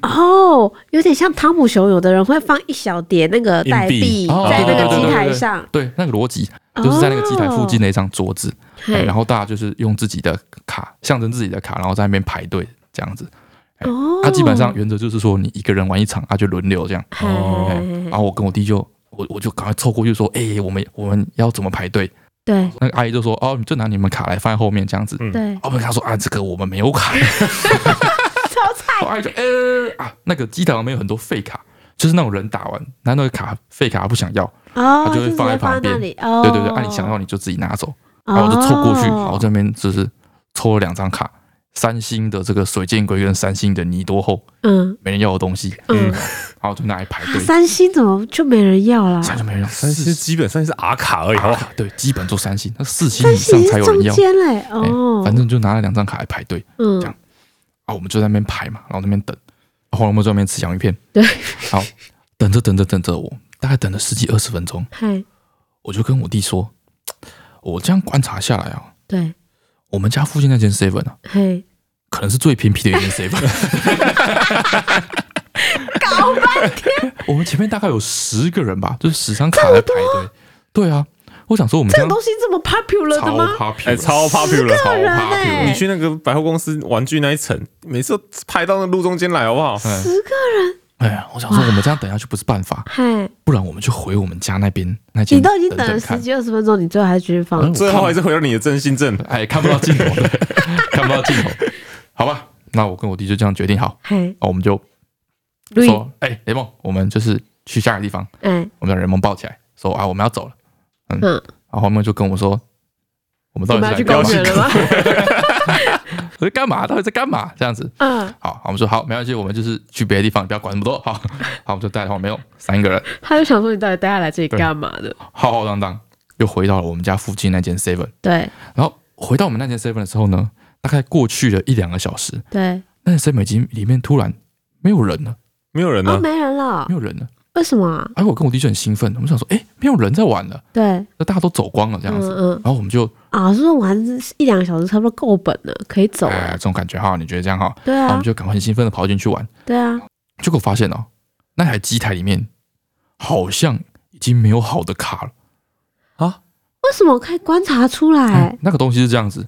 S4: 哦，有点像汤姆熊，有的人会放一小叠那个
S3: 硬
S4: 代
S3: 币
S4: 币
S2: 哦
S4: 在那个
S3: 对对对
S4: 机
S3: 对
S4: 台
S2: 对
S4: 上，
S2: 对，那个逻辑就是在那个机台附近的一张桌子，哎
S4: 嘿
S2: 然，后大家就是用自己的卡象征自己的卡，然后在那边排队这样子。啊
S4: 哦，
S2: 它、基本上原则就是说，你一个人玩一场，啊，就轮流这样。
S4: 嘿，嘿
S2: 哎
S4: 嘿嘿嘿
S2: 然后我跟我弟就。我我就赶快凑过去说，哎、我们我们要怎么排队？
S4: 对
S2: 那个阿姨就说，哦，你就拿你们卡来放在后面这样
S3: 嗯
S2: 子。
S4: 对，
S2: 哦，不，他说啊，这个我们没有卡。
S4: 超菜，
S2: 我阿姨就呃啊，那个机台旁边有很多废卡，就是那种人打完拿那个卡废卡不想要，
S4: 哦，
S2: 它就会
S4: 直接
S2: 放在
S4: 放
S2: 旁边
S4: 那里，哦，
S2: 对对对，啊你想要你就自己拿走，
S4: 哦，
S2: 然后我就凑过去，然后这边就是抽了两张卡，三星的这个水箭龟跟三星的尼多后，
S4: 嗯
S2: 没人要的东西，
S4: 嗯，
S2: 然后就拿来排
S4: 啊
S2: 队，
S4: 三星怎么就没人要啦？
S2: 三就没人要，
S3: 三星基本上是 R 卡而已，好不好？
S2: 啊对，基本做三星，那四星
S4: 三
S2: 以
S4: 星
S2: 上
S4: 已
S2: 才
S4: 经
S2: 有人
S4: 中
S2: 要，
S4: 间嘞，
S2: 哎
S4: 哦，
S2: 反正就拿了两张卡来排队。
S4: 嗯
S2: 这样啊，我们就在那边排嘛，然后那边等，啊黄龙木在那边吃洋芋片，
S4: 对，
S2: 好，等着等着等着我，大概等了十几二十分钟，
S4: 嘿，
S2: 我就跟我弟说，我这样观察下来啊，
S4: 对，
S2: 我们家附近那间 seven 啊，
S4: 嘿，
S2: 可能是最偏僻的一 间 seven，
S4: 搞半天，
S2: 我们前面大概有十个人吧，就是十张卡来排队，对啊，我想说我们
S4: 这
S2: 这样
S4: 个东西这么 popular 的
S2: 超
S4: 吗？
S2: popular，
S3: 哎，超 popular，
S2: 超
S3: 超
S4: 人
S2: popular，
S4: 哎
S3: 你去那个百货公司玩具那一层，每次都排到那路中间来，好不好？
S2: 哎
S4: 十个人，
S2: 哎呀，我想说我们这样等下去不是办法，
S4: 嘿，
S2: 不然我们就回我们家那边那间，
S4: 你都已经等了十
S2: 看，
S4: 几二十分钟，你最后还是继续放
S2: 嗯
S3: 最后还是回到你的真心正。
S2: 哎，看不到尽头，看不到尽头，好吧，那我跟我弟就这样决定好。
S4: 嘿，
S2: 哦，我们就
S4: 路易，
S2: 说，哎、雷梦，我们就是去下个地方，
S4: 哎，
S2: 我们把雷梦抱起来，说啊，我们要走了。
S4: 嗯，
S2: 然后他们就跟我说，我们
S4: 我
S2: 到底
S4: 们
S2: 是
S4: 要去
S2: 来
S4: 公
S2: 干
S4: 园
S2: 嘛
S4: 了吗？
S2: 我在 干嘛？到底在干嘛？这样子。
S4: 嗯，
S2: 好，好我们说好，没关系，我们就是去别的地方，你不要管那么多。好， 好，我们就带着黄没有三个人，
S4: 他就想说你到底待下来这里干嘛的？
S2: 浩浩荡荡又回到了我们家附近那间 seven。
S4: 对
S2: 然后回到我们那间 seven 的时候呢，大概过去了一两个小时，
S4: 对，
S2: 但是塞美金里面突然没有人了，
S3: 没有人啊
S4: 哦，
S3: 呢，
S4: 没人了
S2: 没，有人了。
S4: 为什么啊？
S2: 哎，我跟我弟就很兴奋，我们想说，哎、没有人在玩了，
S4: 对，
S2: 那大家都走光了这样
S4: 嗯
S2: 子。
S4: 嗯，
S2: 然后我们就
S4: 啊，是不是玩一两个小时差不多够本了，可以走
S2: 哎、
S4: 了。
S2: 这种感觉哈，你觉得这样哈？
S4: 对
S2: 然后我
S4: 啊
S2: 们，就赶快很兴奋的跑进去玩，
S4: 对啊，
S2: 结果发现哦，那台机台里面好像已经没有好的卡了。
S4: 为什么我可以观察出来
S2: 嗯？那个东西是这样子，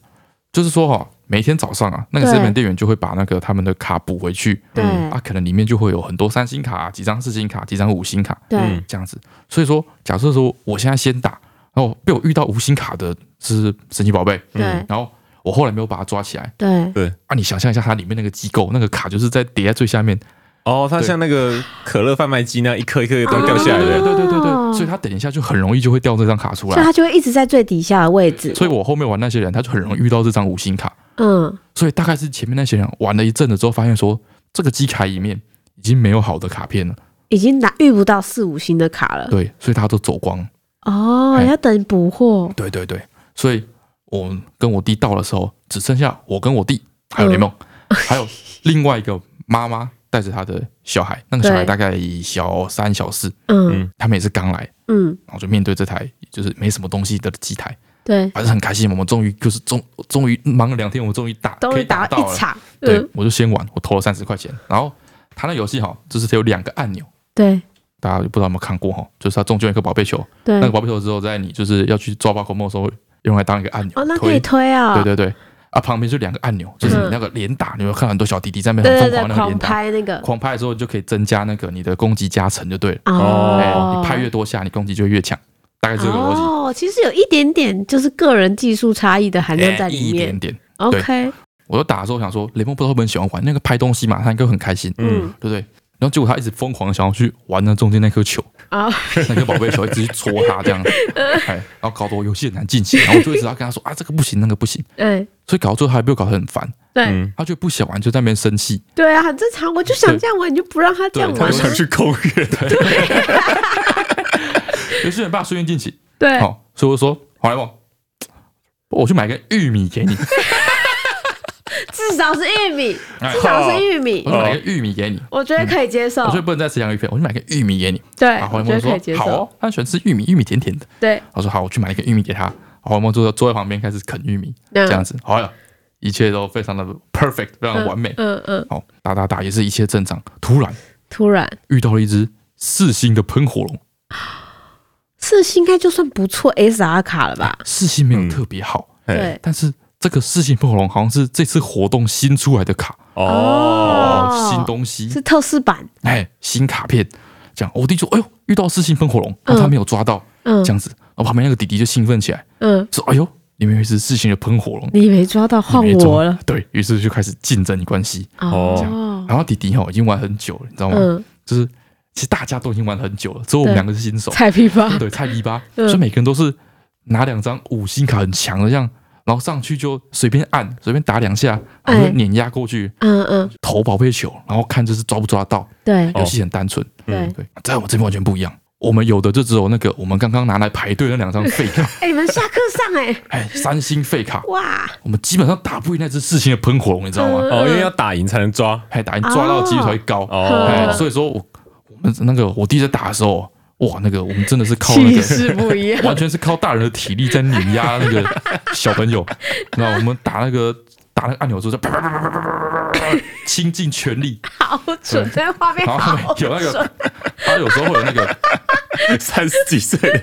S2: 就是说哈、哦，每天早上啊，那个
S4: 对
S2: 日本店员就会把那个他们的卡补回去，
S4: 对
S2: 啊，可能里面就会有很多三星卡、几张四星卡、几张五星卡
S4: 对
S3: 嗯
S2: 这样子。所以说，假设说我现在先打，然后被我遇到五星卡的是神奇宝贝，
S4: 对
S2: 然后我后来没有把它抓起来
S4: 对，
S2: 啊，你想象一下它里面那个机构，那个卡就是在叠在最下面，
S3: 哦，它
S2: 对
S3: 像那个可乐贩卖机那样一颗一颗都掉下来
S2: 对对
S3: 的，
S2: 对对
S4: 哦
S2: 对，所以它等一下就很容易就会掉这张卡出
S4: 所以
S2: 来。
S4: 他就会一直在最底下的位置。
S2: 所以我后面玩那些人，他就很容易遇到这张五星卡。
S4: 嗯，
S2: 所以大概是前面那些人玩了一阵子之后，发现说这个机卡里面已经没有好的卡片了，
S4: 已经拿遇不到四五星的卡了。
S2: 对，所以大家都走光。
S4: 哦，
S2: 哎
S4: 要等补货。
S2: 对对对，所以我跟我弟到的时候，只剩下我跟我弟，还有雷梦，
S4: 呃
S2: 还有另外一个妈妈带着她的小孩，那个小孩
S4: 对
S2: 大概小三小四，
S4: 嗯
S2: 他们也是刚来，
S4: 嗯，
S2: 然后就面对这台就是没什么东西的机台，
S4: 对，
S2: 还是很开心。我们终于就是终终于忙了两天，我们终于打
S4: 终
S2: 可
S4: 于
S2: 以打
S4: 打
S2: 到
S4: 到
S2: 了
S4: 一。场。
S2: 对
S4: 嗯，，
S2: 我就先玩，我投了三十块钱，然后他那游戏哈，就是它有两个按钮。
S4: 对
S2: 大家不知道有没有看过哈，就是它中间有一个宝贝球，
S4: 对
S2: 那个。宝贝球之后，在你就是要去抓宝可梦的时
S4: 哦
S2: 候，用来当一个按钮
S4: 哦，那可
S2: 推
S4: 以，推啊。
S2: 对对对，啊旁边就两个按钮，就是你那个连打，你会看很多小弟弟在那边
S4: 对
S2: 很
S4: 对
S2: 疯狂那
S4: 对，
S2: 个连
S4: 狂
S2: 打，
S4: 拍那个。
S2: 狂拍的时候就可以增加那个你的攻击加成就对了，哎，
S4: 哦，
S2: 你拍越多下，你攻击就越强，大概是这个逻辑，
S4: 哦，其实有一点点就是个人技术差异的含量在
S2: 哎一
S4: 里面
S2: 点。点。
S4: OK，
S2: 我就打的时候想说，雷蒙不知道会不会很喜欢玩那个拍东西嘛，他应该会很开心，
S4: 嗯
S3: 嗯，
S2: 对不对？然后结果他一直疯狂地想要去玩那中间那颗球，
S4: 啊，
S2: 那个宝贝球一直去戳他这样 子，哎，然后搞得我游戏很难进行，然后我就一直要跟他说啊，这个不行，那个不行，
S4: 哎，
S2: 所以搞到最后还被我搞得很烦，
S4: 对
S3: 嗯，
S2: 他就不想玩，就在那边生气，
S4: 对啊，很正常。我就想这样玩，你就不让他这样
S2: 对
S3: 他
S4: 玩
S3: 就
S4: 啊
S3: 想。去公园，
S2: 有些人把他顺便进行，
S4: 对，
S2: 好、所以我就说好来梦，我去买个玉米 给你，
S4: 至少是玉米，
S2: 哎
S4: 至少是玉米
S2: 我，就买个玉米给你，
S4: 我觉得可以接受
S2: 我。说不能再吃洋芋片，我就买个玉米给你，
S4: 对
S2: 然，后
S4: 哎
S2: 黄
S4: 我觉
S2: 梦
S4: 得可以接
S2: 嗯说好
S4: 受。
S2: 哦，他喜欢吃玉米，玉米甜甜的，
S4: 对，
S2: 我说好，我去买一个玉米给他，然后黄梦就坐在旁边开始啃玉米，
S4: 这
S2: 这样子，好了，一切都非常的 perfect，非常的完美，
S4: 嗯嗯，
S2: 好、打打打也是一切正常，突然
S4: 突然
S2: 遇到了一只四星的喷火龙。
S4: 四星应该就算不错 SR 卡了吧？
S2: 四星没有特别好，
S3: 哎，
S4: 对，
S2: 但是这个四星喷火龙好像是这次活动新出来的卡
S3: 哦，
S4: 哦
S2: 新东西
S4: 是，特仕版。
S2: 哎，新卡片。这样，我弟就哎呦，遇到四星喷火龙，然后他没有抓到，
S4: 嗯
S2: 这样子，然后旁边那个弟弟就兴奋起来，
S4: 嗯，
S2: 说：“哎呦，里面有一只四星的喷火龙，
S4: 你没抓到，换
S2: 你没抓
S4: 我了。
S2: 对于是就开始竞争关系。
S3: 这
S4: 哦，
S2: 然后弟弟哈已经玩很久了，你知道吗？
S4: 嗯，
S2: 就是其实大家都已经玩很久了，只有我们
S4: 对
S2: 两个是新手，
S4: 菜批发。
S2: 对，菜逼吧，
S4: 嗯
S2: 所以每个人都是拿两张五星卡很强的这样，然后上去就随便按，随便打两下，
S4: 哎
S2: 然后就碾压过去
S4: 嗯嗯，
S2: 投宝贝球，然后看就是抓不抓到。
S4: 对
S2: 游戏很单纯，
S4: 对。
S2: 对，在我们这边完全不一样。我们有的就只有那个我们刚刚拿来排队那两张废 卡，
S4: 哎，你们下课上哎，
S2: 哎，三星废卡，
S4: 哇，
S2: 我们基本上打不赢那只四星的喷火龙，你知道
S4: 嗯
S2: 吗？
S3: 哦，因为要打赢才 能抓，
S2: 还打赢抓到的几率才会高，哎，
S3: 哦，
S2: 所以说我我们那个我弟在打的时候，哇，那个我们真的是靠那
S4: 气
S2: 个
S4: 势不一样。
S2: 完全是靠大人的体力在碾压那个小朋友。那我们打那个打那个按钮的时候，就啪啪啪啪啪啪啪啪啪，倾尽全力。
S4: 好准，这个画面
S2: 然后
S4: 好
S2: 有那
S4: 准
S2: 个，他有时候会有那个
S3: 三十几岁的，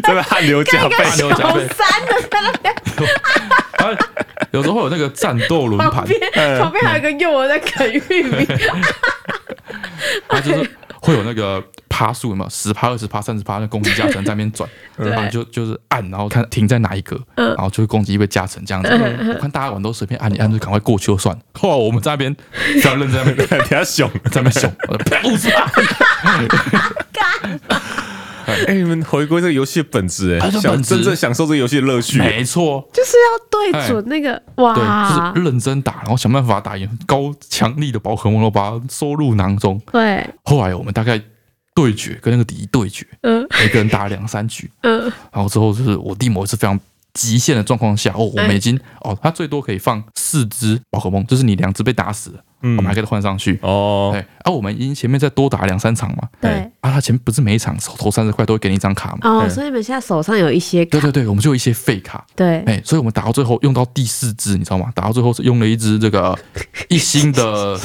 S3: 真的汗流
S2: 大
S3: 浃 背，
S2: 牛加
S4: 好
S2: 倍，
S4: 三的在那边
S2: 他有时候会有那个战斗轮
S4: 旁
S2: 盘，
S4: 边，旁边还有一个幼儿在啃玉米，
S2: 嗯他就是会有那个趴数嘛，十趴、二十趴、三十趴，那攻击加成在那边转，
S4: 对
S2: 然后就就是按，然后看停在哪一格，然后就是攻击被加成这样子。我看大家玩都随便按一按，就赶快过去就算了。后来我们在那边非常认真在那边
S3: 比较凶。
S2: 在那边凶，我说不是吧？
S3: 哎，你们回归这个游戏的本质，哎，
S2: 它是
S3: 想
S2: 本质
S3: 真正享受这个游戏的乐趣，哎
S2: 没错，
S4: 就是要对准那个
S2: 哎对，
S4: 哇
S2: 就，是认真打，然后想办法打赢高强力的宝可梦，然后把它收入囊中。
S4: 对，
S2: 后来我们大概对决跟那个敌对决，
S4: 嗯
S2: 每个人打了两三局，
S4: 嗯，
S2: 然后之后就是我弟某一次非常极限的状况下，哦，我们已经哦，他最多可以放四只宝可梦，就是你两只被打死了，
S3: 嗯
S2: 我们还可以换上去。
S3: 哦，
S2: 对，啊，我们已经前面再多打两三场嘛，
S3: 哎
S1: 对，
S2: 啊，他前面不是每一场投三十块都会给你一张卡嘛？
S4: 哦，
S3: 嗯
S4: 所以你们现在手上有一些
S2: 哎对
S4: 卡，
S2: 对对，我们就有一些废卡，
S4: 对，
S2: 哎、所以我们打到最后用到第四只，你知道吗？打到最后是用了一只这个一星 的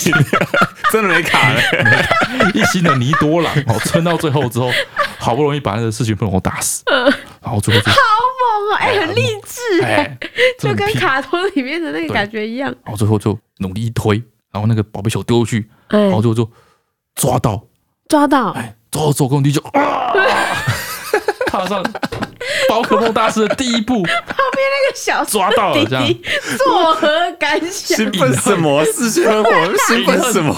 S3: 真的没卡了，
S2: 一星的尼多朗哦，撑到最后之后，好不容易把那个四群喷火打死，
S4: 嗯
S2: 然后最后就
S4: 哦，哎，很励志
S2: 哎、
S4: 哎，
S2: 真的
S4: 就跟
S2: 很屁
S4: 卡通里面的那个感觉一样，
S2: 然后最后就努力一推，然后那个宝贝球丢出去，
S4: 哎
S2: 然，后最后就抓到，
S4: 抓到，
S2: 哎，抓到手工地就 啊，踏上宝可梦大师的第一步，
S4: 那个小
S2: 抓 到了
S4: 弟
S2: 这样
S4: 弟作何感想？
S3: 兴奋什么？四千火，兴奋什么？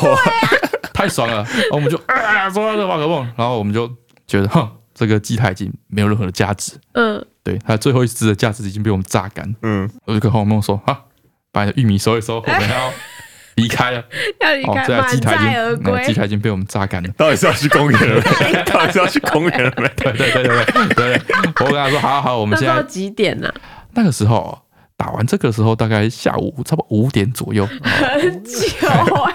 S2: 太爽了，然后我们就 啊抓到这个宝可梦，然后我们就觉得哼，这个机台已经没有任何的价值，
S4: 嗯，
S2: 对，它最后一只的价值已经被我们榨干，
S3: 嗯，
S2: 我就跟黄梦说哈，把你的玉米收一收，我们要离开 了，
S4: 要离
S2: 哦，
S4: 开
S2: 这台
S4: 满
S2: 机台已
S4: 载而
S2: 经，那
S4: 归
S2: 机。台已经被我们榨干了。
S3: 到底是要去公园了没？到底是要去公园了没？
S2: 对对对对对对，我跟他说好好好，我
S4: 那
S2: 们现在
S4: 到几点 啊呢？
S2: 那个时候打完这个时候，大概下午差不多五点左右，哦
S4: 很久，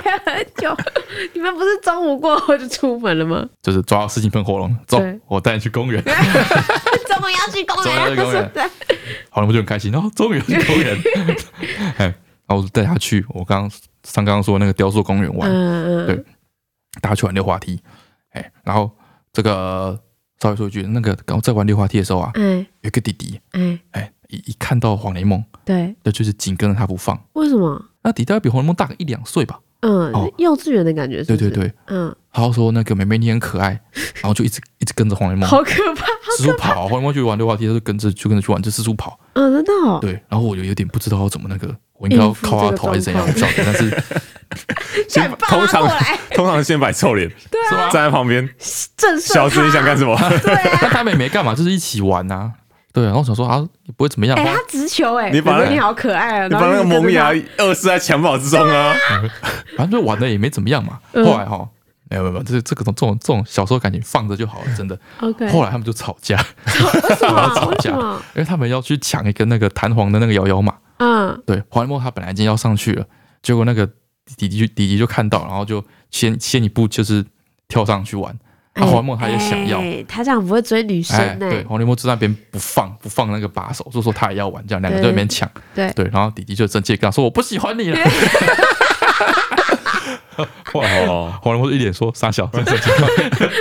S4: 还很久。 你们不是中午过后就出门了吗？
S2: 就是抓到四金喷火龙，走
S4: 对，
S2: 我带你去公园。
S4: 中午要去公
S2: 中午要去公园
S4: 是不是
S2: 好了，我就很开心，哦， 终于 有去公园。哎，然后我就带他去我刚刚上刚刚说那个雕塑公园玩，
S4: 嗯
S2: 对
S4: 嗯，
S2: 大家去玩溜滑梯。哎，然后这个稍微说一句，那个刚在玩溜滑梯的时候啊，
S4: 嗯，
S2: 有一个弟弟，
S4: 哎哎，
S2: 哎，一一看到黄雷梦，
S4: 对，
S2: 那就是紧跟着他不放。
S4: 为什么？
S2: 那弟弟大概比黄雷梦大个一两岁吧？
S4: 嗯
S2: 哦，
S4: 幼稚园的感觉，
S2: 对对，对。
S4: 嗯，
S2: 他说那个妹妹你很可爱， 然后就一直一直跟着黄雷梦
S4: 好可怕，
S2: 四处跑，啊黄雷梦去玩溜滑梯，他就跟着就跟着去玩，就四处跑。
S4: 嗯，真的哦，
S2: 对，然后我有有点不知道要怎么那个，我应该要靠他头还是怎样，我不晓得。但是
S3: 先
S4: 快
S3: 通
S4: 抱他
S3: 常
S4: 过来
S3: 通常先摆臭脸，
S2: 是吧？
S3: 站在旁边，
S4: 震
S2: 啊
S4: 慑啊
S3: 小子你想干什么？
S2: 但他们也没干嘛，就是一起玩啊。对，然后我想说啊，也不会怎么样
S4: 哎，
S2: 吧
S4: 他？直球哎，
S3: 你把那
S4: 我说你好可爱啊，
S3: 你把那个
S4: 然后就
S3: 萌
S4: 跟着他
S3: 芽扼杀在襁褓之中啊！
S2: 反正就玩的也没怎么样嘛。
S4: 嗯
S2: 后来哈，没有没有没有，这这个这种这种小时候感情放着就好了，真的。
S4: ，OK，
S2: 后来他们就吵架，
S4: 为什
S2: 然后
S4: 么？
S2: 吵
S4: 为什
S2: 架
S4: 么？，
S2: 因为他们要去抢一个那个弹簧的那个摇摇马。
S4: 嗯，
S2: 对，黄一梦他本来已经要上去了，结果那个弟弟就弟弟就看到，然后就先先一步就是跳上去玩。啊，
S4: 哎
S2: 黄一梦他也想要，
S4: 哎他这样不会追女生欸
S2: 哎，
S4: 呢，
S2: 对，黄连梦就在那边不放不放那个把手，就说他也要玩，这样两个
S4: 对
S2: 就在那边抢，
S4: 对
S2: 对，然后弟弟就生气地跟他说我不喜欢你了。后来
S3: 哦，
S2: 黄连梦就一脸说傻小，真生气。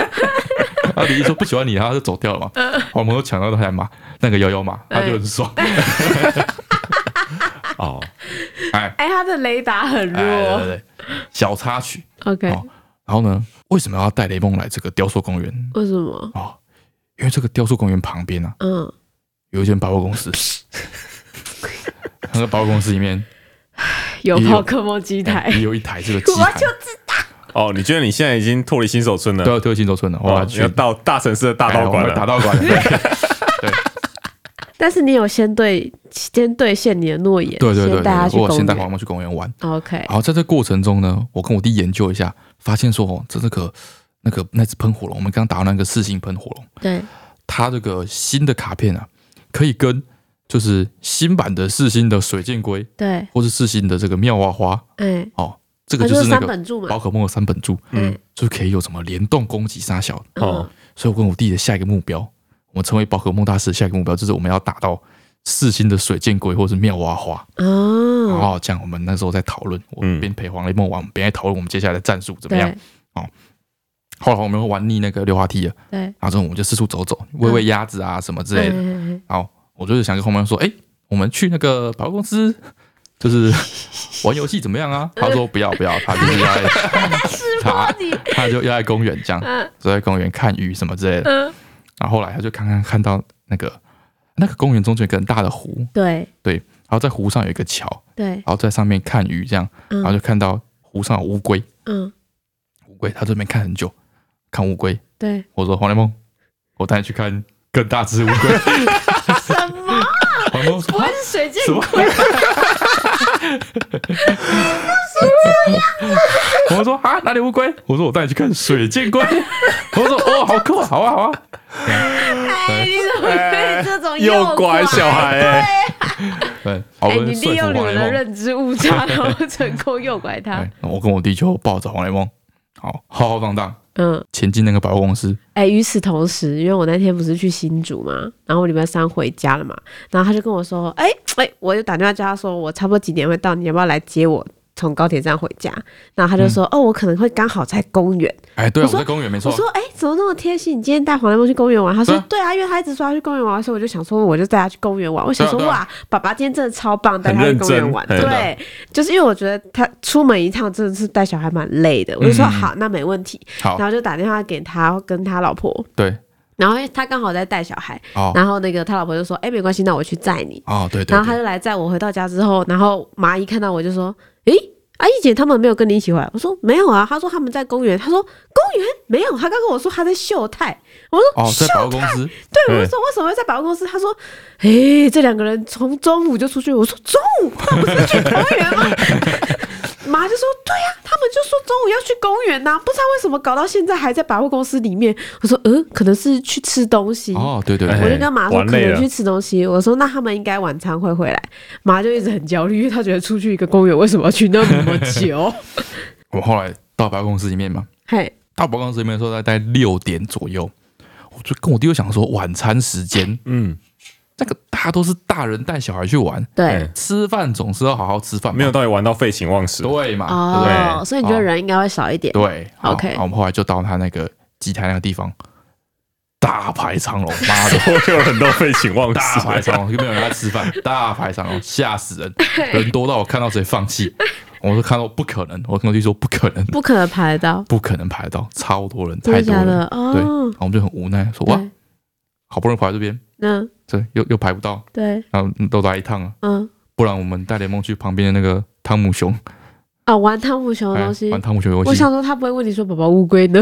S2: 然后弟弟说不喜欢你，然后他就走掉了嘛。
S4: 嗯
S2: 黄连梦就抢到那台马，那个摇摇马，他就很爽。
S3: 哦，
S2: 哎，
S4: 哎，他的雷达很
S2: 哎对对
S4: 弱
S2: 对，小插曲。
S4: ，OK，
S2: 哦然后呢，为什么要带雷梦来这个雕塑公园
S4: 为什么？
S2: 哦？因为这个雕塑公园旁边啊，
S4: 嗯，
S2: 有一间百货公 司。 那个百货公司里面
S4: 有
S2: 也有
S4: 宝可梦机台
S2: 哎，也有一台这个机
S4: 我
S2: 台
S4: 就，啊
S3: 哦，你觉得你现在已经脱离新手村了？
S2: 都要丢新手村的，我要
S3: 哇，
S2: 啊
S3: 你
S2: 去
S3: 要到大城市的大道
S2: 哎
S3: 馆
S2: 我们打
S3: 了。
S2: 道馆了。
S4: 但是你有先对先兑现你的诺言，
S2: 对对对对
S4: 先带他去
S2: 对，我
S4: 公
S2: 先带
S4: 园。
S2: 黄毛去公园玩。
S4: OK，
S2: 然后在这过程中呢，我跟我弟研究一下，发现说哦，这这个那个那只喷火龙，我们刚刚打到那个四星喷火龙，
S4: 对，
S2: 它这个新的卡片啊，可以跟就是新版的四星的水箭龟，
S4: 对，
S2: 或是四星的这个妙蛙花
S4: 哎，
S2: 哦，这
S4: 他
S2: 个就是那
S4: 三
S2: 个
S4: 本柱嘛
S2: 宝，可梦的三本柱，
S4: 嗯，
S2: 就可以有什么联动攻击杀小的
S3: 哦，
S2: 所以我跟我弟的下一个目标，我们成为宝可梦大师的下一个目标就是我们要打到四星的水箭龟或是妙蛙花。然
S4: 哦，
S2: 后这样我们那时候在讨论，我
S3: 嗯
S2: 边陪黄雷梦玩，我们边在讨论我们接下来的战术怎么样
S4: 对。
S2: 后来我们又玩腻那个溜滑梯了，
S4: 对，嗯
S2: 然后之后我们就四处走走，喂喂鸭子啊什么之类的。
S4: 的，
S2: 然后我就是想跟黄梅说，哎，我们去那个百货公司。就是玩游戏怎么样啊？他说不要不要，他就是要在他
S4: 你
S2: 他就要在公园这样，就在公园看鱼什么之类的。
S4: 嗯，
S2: 然后后来他就看看看到那个那个公园中间有一个很大的湖，
S4: 对
S2: 然后在湖上有一个桥，
S4: 对，
S2: 然后在上面看鱼这样，然后
S4: 嗯
S2: 就看到湖上有乌龟，
S4: 嗯
S2: 乌龟他这边看很久，看乌龟，
S4: 对，
S2: 我说黄连梦，我带你去看更大只的乌龟，
S4: 什么？
S2: 黄连梦说
S4: 不会是水
S2: 什
S4: 晶
S2: 么？ 我说啊，哪里乌龟？我说我带你去看水箭龟。我说哦，好酷，好啊，好啊。
S4: 哎，你怎么可以这种
S3: 诱拐小孩，哎
S2: 对，
S3: 好
S4: 哎、
S3: 跟
S4: 你
S3: 说
S4: 利
S3: 服
S4: 用你
S3: 王
S4: 们
S3: 雷
S4: 的
S3: 梦，
S4: 认知误差，然后成功诱拐他
S2: 哎。那我跟我弟就抱着黄雷梦，好浩浩荡荡
S4: 嗯，
S2: 前进那个百货公司。
S4: 哎、与此同时，因为我那天不是去新竹嘛，然后我礼拜三回家了嘛，然后他就跟我说，哎、哎、我就打电话叫他说，我差不多几点会到，你要不要来接我？从高铁站回家，然后他就说：“哦，我可能会刚好在公园。
S2: 哎，对啊，
S4: 我
S2: 我
S4: 说
S2: 在公园嗯没
S4: 我
S2: 错啊。
S4: 说：“哎、怎么那么贴心？你今天带黄连梦去公园玩？”他说
S2: 对啊：“
S4: 对啊，因为他一直说他去公园玩，所以我就想说，我就带他去公园玩。”我想说：“
S2: 对啊对啊
S4: 哇，爸爸今天真的超棒，带
S3: 很
S4: 他去
S3: 认
S4: 公园
S3: 真
S4: 玩。”
S3: 哎
S2: 对啊
S4: 对，就是因为我觉得他出门一趟真的是带小孩蛮累的，我就说：“
S2: 嗯
S4: 好，那没问题。”
S2: 好
S4: 然，后就打电话给他跟他老婆，
S2: 对，
S4: 然后他刚好在带小孩，
S2: 哦，
S4: 然后那个他老婆就说：“哎、没关系，那我去载你。
S2: 哦，对对
S4: 然后他
S2: 对，
S4: 就来载我回到家之后，然后麻姨看到我就说：“诶、啊阿姨姐他们没有跟你一起回来？”我说：“没有啊。”他说：“他们在公园。”他说：“公园没有。”他刚跟我说他在秀泰。我说：“
S2: 哦，在
S4: 秀
S2: 百货公司，
S4: 对，
S3: 对
S4: 我就说为什么会在百货公司？他说：“哎、这两个人从中午就出去。”我说：“中午？那不是去公园吗？” 妈就说：“对呀、他们就说中午要去公园呐、不知道为什么搞到现在还在百货公司里面。”我说：“嗯，可能是去吃东西。
S2: 哦，对对
S4: 我
S2: 对
S4: 就，跟妈说
S3: 玩
S4: 可
S3: 累
S4: 能
S3: 了
S4: 去吃东西，我说那他们应该晚餐会回来，妈就一直很焦虑，因为她觉得出去一个公园为什么要去那么 久？
S2: 我后来到百货公司里面嘛，
S4: 嘿，
S2: 到百货公司里面的时候大概六点左右，我就跟我弟就想说晚餐时间，
S3: 嗯，
S2: 那个大家都是大人带小孩去玩，
S4: 对
S3: 哎，
S2: 吃饭总是要好好吃饭嘛，
S3: 没有到底玩到废寝忘食，，
S2: 对嘛，对啊不对？
S4: 哦，所以你觉得人应该会少一点？
S2: 对好
S4: OK
S2: 好我们后来就到他那个机台那个地方，大排长龙，妈的
S3: 会有很多废寝忘
S2: 大排
S3: 食。
S2: 长龙，又没有人在吃饭，大排长龙，吓死人，人多到我看到直接放弃，我就看到不可能，我跟我弟说不可能，
S4: 不可能排得到，
S2: 不可能排得到，超多人，
S4: 真
S2: 太
S4: 的
S2: 多
S4: 假
S2: 人，
S4: 的？
S2: 对，然
S4: 哦
S2: 后，我们就很无奈说哇，
S4: 对，
S2: 好不容易跑来这边，
S4: 那
S2: 这又又排不到，
S4: 对，
S2: 然后都来一趟啊，
S4: 嗯，
S2: 不然我们带联盟去旁边的那个汤姆熊，
S4: 啊，玩汤姆熊的
S2: 哎
S4: 东西
S2: 玩，汤姆熊游
S4: 我
S2: 戏
S4: 想，说他不会问你说宝宝乌龟呢？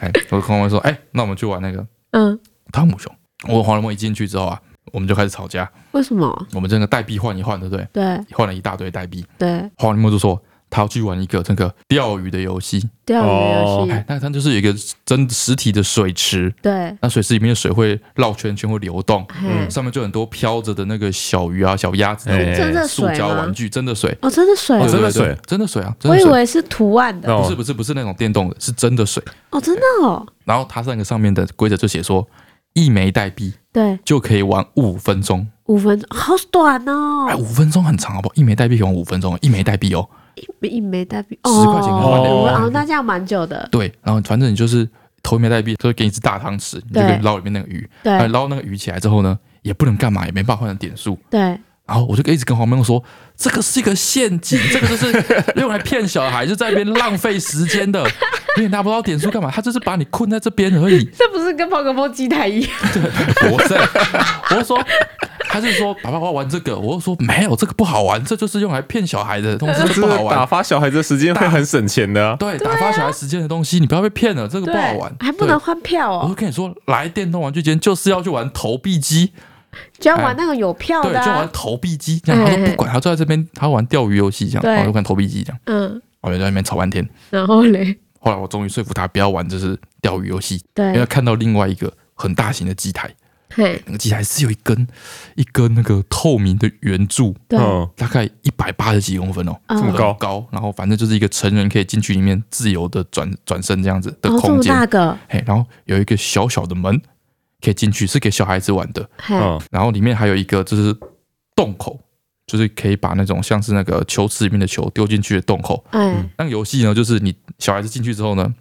S2: 哎，我跟我说，哎，那我们去玩那个
S4: 嗯，
S2: 汤姆熊。我跟黄连梦一进去之后啊，我们就开始吵架，
S4: 为什么？
S2: 我们这个代币换一换，对不对？
S4: 对
S2: 换了一大堆代币。
S4: 对，
S2: 黄连梦就说他要去玩一个这个钓鱼的游戏，
S4: 钓鱼
S3: 哦
S4: 的游
S2: 哎
S4: 戏，，
S2: 那它就是有一个真实体的水池，
S4: 对，
S2: 那水池里面的水会绕圈圈，会流动，
S4: 嘿，
S2: 上面就很多飘着的那个小鱼啊、小鸭子那种
S3: 哎
S4: 真的
S2: 塑
S4: 水
S2: 胶玩
S4: 吗？
S2: 具，真的水。
S4: 哦，真的水
S3: 哦
S2: 对
S4: 啊，
S3: 真
S2: 对对
S3: 的水
S2: 对真的水啊！真
S4: 我
S2: 的
S4: 以
S2: 水
S4: 为是图案的，
S3: 哦
S2: 不是不是不是那种电动的，是真的水。
S4: 哦，真的哦，
S2: 然后它那个上面的规则就写说，一枚代币
S4: 对。
S2: 就可以玩五分钟。
S4: 五分钟，好短
S2: 哎，
S4: 哦！
S2: 五分钟很长好不好？一枚代币可以玩五分钟，一枚代币哦。
S4: 一枚代币，
S2: 10块钱可以
S3: 换两
S4: 哦
S3: 个
S4: 哦，那这样蛮久的，
S2: 对，然后反正你就是投一枚代币，就会给你一只大汤匙，你就可以
S4: 对
S2: 捞里面那个鱼。
S4: 对
S2: 哎，捞那个鱼起来之后呢，也不能干嘛，也没办法换成点数。
S4: 对
S2: 然后我就一直跟黄妹妹说，这个是一个陷阱，这个就是用来骗小孩，就在那边浪费时间的，因为拿不到点数干嘛？他就是把你困在这边而已。
S4: 这不是跟宝可梦机台一样？
S2: 我在，我就说，他就说爸爸我要玩这个，我就说没有，这个不好玩，这就是用来骗小孩的东西，这
S3: 这
S2: 个不好
S3: 打
S2: 玩。
S3: 发小孩子的时间会很省钱的啊，
S2: 对，打发小孩时间的东西，你不要被骗了，这个不好玩，
S4: 还不能换票
S2: 对。我
S4: 哦
S2: 就，跟你说，来电动玩具间就是要去玩投币机，
S4: 就要玩那个有票
S2: 哎对，
S4: 的
S2: 就玩
S4: 啊。
S2: 投币机。这样他说不管，他就在这边，他玩钓鱼游戏这样，
S4: 对
S2: 然后就玩投币机这样，哦
S4: 嗯，
S2: 我就在那边吵半天。
S4: 然后嘞，
S2: 后来我终于说服他不要玩就是钓鱼游戏，因为
S4: 对，
S2: 看到另外一个很大型的机台，
S4: 嘿，
S2: 那个机台是有一根一根那个透明哦的圆柱，
S4: 对，哦
S3: 嗯，
S2: 大概一百八十几公分哦，
S4: 嗯这么
S2: 很
S3: 高
S2: 高，然后反正就是一个成人可以进去里面自由的转转身这样子的
S4: 哦，这
S2: 空
S4: 么
S2: 间，
S4: 大个，
S2: 嘿，然后有一个小小的门可以进去，是给小孩子玩的，
S4: 嘿，
S3: 嗯，
S2: 然后里面还有一个就是洞口，就是可以把那种像是那个球池里面的球丢进去的洞口。
S4: 哎，
S2: 那个游戏呢，就是你小孩子进去之后呢，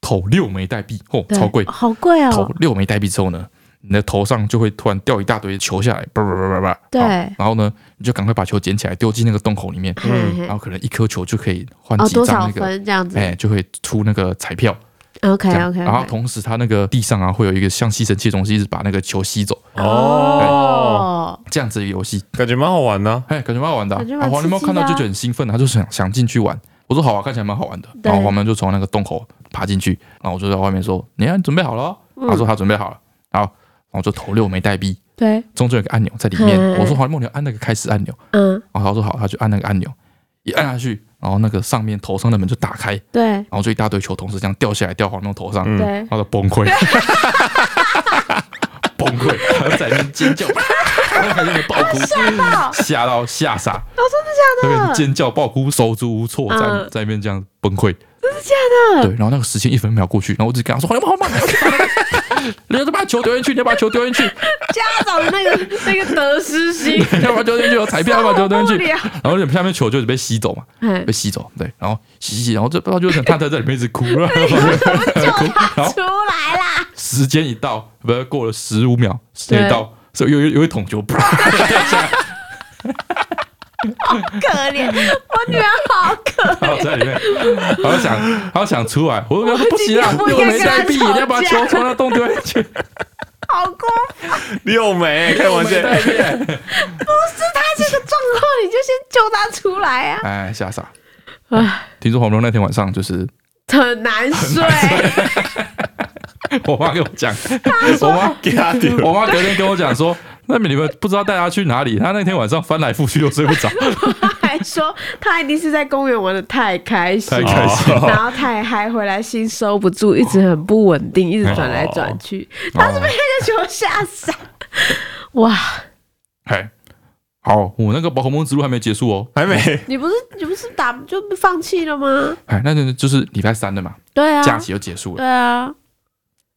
S2: 投六枚代币，哦，
S4: 对
S2: 超贵，
S4: 好贵
S2: 投
S4: 哦，
S2: 六枚代币之后呢，你的头上就会突然掉一大堆球下来，叭叭叭叭叭，
S4: 对
S2: 好然后呢，你就赶快把球捡起来丢进那个洞口里面，
S4: 嘿
S2: 然
S4: 嘿，
S2: 后可能一颗球就可以换
S4: 哦，
S2: 嗯几
S4: 多
S2: 张
S4: 少
S2: 那个，
S4: 分这样子
S2: 哎、就会出那个彩票
S4: ？OK
S2: 这样
S4: OK，
S2: 然后同时它那个地上啊会有一个像吸尘器的东西，一直把那个球吸走，
S3: 哦，
S4: 哦，
S2: 这样子的游戏，
S3: 感觉蛮好玩的啊，
S2: 哎、感觉蛮好玩的、啊。
S4: 感觉
S2: 然
S4: 蛮
S2: 后黄
S4: 刺
S2: 狸猫
S4: 激
S2: 看到
S4: 的啊
S2: 就觉得很兴奋，他就想想进去玩。我说好啊，看起来蛮好玩的。
S4: 对
S2: 然后黄毛就从那个洞口爬进去，然后我就在外面说：“你看，你准备好了哦？”
S4: 嗯
S2: 他说他准备好了，然后然后我就投六枚代币，
S4: 对，
S2: 中间有个按钮在里面
S4: 嗯嗯。嗯
S2: 我说黄狸猫，你要按那个开始按钮。
S4: 嗯，
S2: 然后他说好，他就按那个按钮，一按下去，然后那个上面头上的门就打开，
S4: 对
S2: 然后就一大
S4: 嗯
S2: 嗯堆球同时这样掉下来，掉黄龙头上，
S3: 嗯
S4: 对，
S2: 他的崩溃，崩 崩溃，还要在那边尖叫，然后还在那边爆哭， 吓到吓傻，哦，真的假的？尖叫爆哭，手足无措，在
S4: 嗯
S2: 在那边这样崩溃，真
S4: 的
S2: 对，然后那个时间一分一秒过去，然后我只跟他说：“好慢，好慢， 你要把球丢进去，你要把球丢进去，
S4: 家长的那个那个得失心，
S2: 你要把球丢进去，有彩票，要把球丢进去。”
S4: 受不了
S2: 然后下面球就被吸走嘛，
S4: 哎
S2: 被吸走，对，然后吸吸吸，然后这他就想他在这里面一直 哭，然后 哭，然后
S4: 出来 啦！
S2: 时间一到，不是过了十五秒，时间一
S4: 对
S2: 到，所以有有有一桶球啪掉下来，
S4: 可怜，我女儿好可
S2: 然后在里面，然后想，然后想出来，我就说
S4: 我
S2: 不行啊
S4: 今天，不应
S2: 又
S4: 该
S2: 没带
S4: 跟
S2: 币，
S4: 他吵
S2: 你要把
S4: 架
S2: 球从那洞丢进 去，
S4: 好过分，
S3: 六枚开玩笑，
S4: 他这个状况你就先救他出来啊！
S2: 哎，吓傻。
S4: 唉
S2: 听说黄蓉那天晚上就是
S4: 很难睡，
S2: 我妈跟我讲，我妈
S3: 给他丢。
S2: 我妈隔天跟我讲说， 那你们不知道带她去哪里，她那天晚上翻来覆去都睡不 着，
S4: 还说他一定是在公园玩的太开心
S2: 太。开心了。
S3: 哦
S4: 然后太嗨，回来心收不住，一直很不稳定，一直转来转去。
S2: 哦
S4: 他是被 那个球吓傻，哇！
S2: 哎，好，我那个宝可梦之路还没结束哦。
S3: 还没，
S4: 你不是你不是打就放弃了吗？
S2: 哎，那就就是礼拜三了嘛，
S4: 对啊，
S2: 假期就结束了。
S4: 对啊，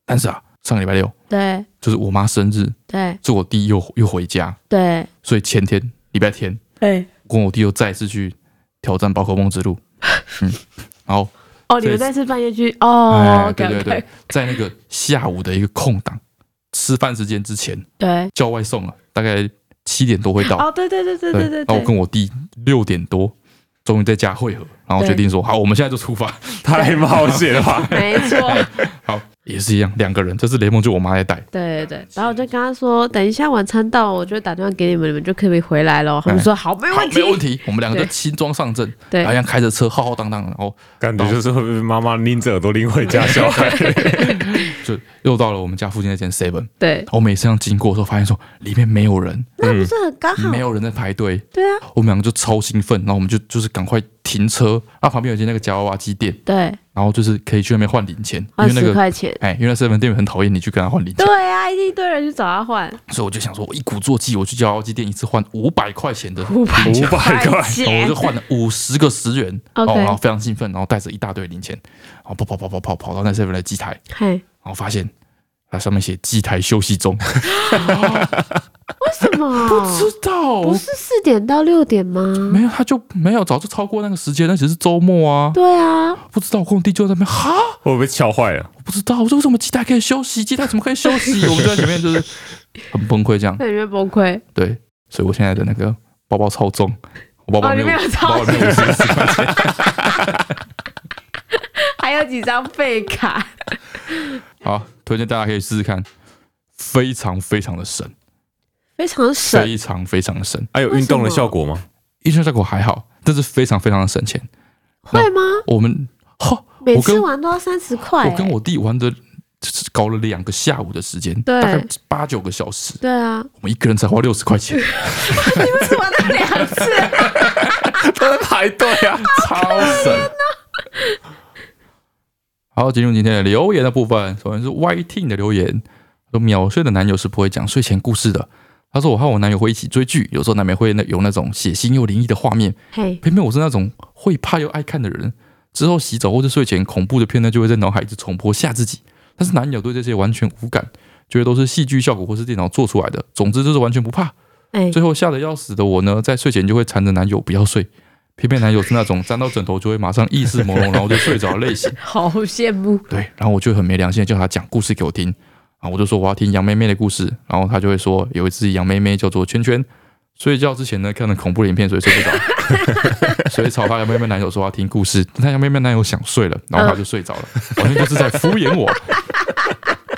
S2: 但是啊，上礼拜六
S4: 对
S2: 就是我妈生日，
S4: 对
S2: 所以我弟又又回家，
S4: 对，
S2: 所以前天礼拜天，
S4: 哎，
S2: 我跟我弟又再次去挑战宝可梦之 路。嗯，然后
S4: 哦，你们
S2: 这
S4: 那次半夜去哦
S2: 哎，，对
S4: OK，
S2: 对对，在那个下午的一个空档，吃饭时间之前，
S4: 对，
S2: 叫外送了，大概七点多会到。
S4: 哦，对对对对对对
S2: 然后我哦
S4: 对，
S2: 跟我弟六点多终于在家汇合，然后决定说好，我们现在就出发。
S3: 太冒险了吧？
S4: 没错，
S2: 好，也是一样，两个人，这次雷蒙就我妈在带，
S4: 对对对。然后我就跟他说，等一下晚餐到，我就打电话给你们，你们就可以回来了。他们说好，没
S2: 哎好
S4: 问，题
S2: 没，问题，我们两个就
S4: 对
S2: 轻装上阵，
S4: 对
S2: 然后像开着车浩浩荡荡，然后
S3: 感觉就是会被妈妈拎着耳朵拎回家，小 孩
S2: 就又到了我们家附近那间 Seven，
S4: 对，
S2: 我每次这样经过的时候，发现说里面没有 人，
S4: 那不是很刚好
S2: 没？有人在排队，
S4: 对啊，
S2: 我们两个就超兴奋，然后我们就就是赶快停车，啊，旁边有一间那个夹娃娃机店，
S4: 对，
S2: 然后就是可以去那边换零钱，因
S4: 换
S2: 为那
S4: 十
S2: 个。
S4: 块钱。
S2: 哎，因为那 seven 店员很讨厌你去跟他换零钱
S4: 对，啊，一堆人去找他换
S2: 所以我就想说，我一鼓作气，我去夹娃娃机店一次换五百块钱的
S4: 五百
S3: 五百块，
S2: 然后我
S4: 钱
S2: 就，换了五十个十元
S4: OK
S2: 哦，然后非常兴奋，然后带着一大堆零钱，然后跑跑跑跑跑跑到那 seven 的机台，
S4: 嘿，
S2: 然后发现它上面写机台休息中，
S4: 为什么？
S2: 知道
S4: 不是四点到六点吗？
S2: 没有，他就没有，早就超过那个时间，那只是周末啊，
S4: 对啊，
S2: 不知道。我跟我弟就在那边哈，
S3: 我被敲坏了。
S2: 我不知道，我说为什么机台可以休息，机台怎么可以休息？我们就在前面就是很崩溃这样，
S4: 那你会崩溃。
S2: 对，所以我现在的那个包包超重，我包包
S4: 哦
S2: 里
S4: 你
S2: 面
S4: 没有
S2: 有
S4: 超
S2: 包包里面有五十块 钱，
S4: 还有几张废卡，
S2: 好，推荐大家可以试试看，非常非常的神。
S4: 非常省。
S2: 非常非常的省，
S3: 还有
S4: 为
S3: 哎运动的
S4: 什么
S3: 效果吗？
S2: 医生效果还好，但是非常非常的省钱。
S4: 会吗？
S2: 我们哈，
S4: 每
S2: 我跟
S4: 次玩欸都要三十块。
S2: 我跟我弟玩的就是搞了两个下午的时间，
S4: 对
S2: 大概八九个小时，
S4: 对啊，
S2: 我们一个人才花六十块钱，
S4: 你为什么玩到两次？
S3: 他在排队啊，
S2: 超省。好，进入今天的留言的部分。首先是 YT 的留言，他说秒睡的男友是不会讲睡前故事的。他说我和我男友会一起追剧，有时候难免会那有那种血腥又灵异的画面，
S4: 嘿，
S2: 偏偏我是那种会怕又爱看的人，之后洗澡或者睡前，恐怖的片段就会在脑海一直重播吓自己。但是男友对这些完全无感，觉得都是戏剧效果或是电脑做出来的，总之就是完全不怕。
S4: 哎，
S2: 最后吓得要死的我呢，在睡前就会缠着男友不要睡。偏偏男友是那种沾到枕头就会马上意识朦胧，然后就睡着的类型。
S4: 好羡慕。
S2: 对，然后我就很没良心的叫他讲故事给我听，啊，我就说我要听杨妹妹的故事，然后他就会说有一只杨妹妹叫做圈圈，睡觉之前呢看了恐怖的影片，所以睡不着， 所以吵他杨妹妹男友说要听故事，但他杨妹妹男友想睡了，然后他就睡着了，完全就是在敷衍我。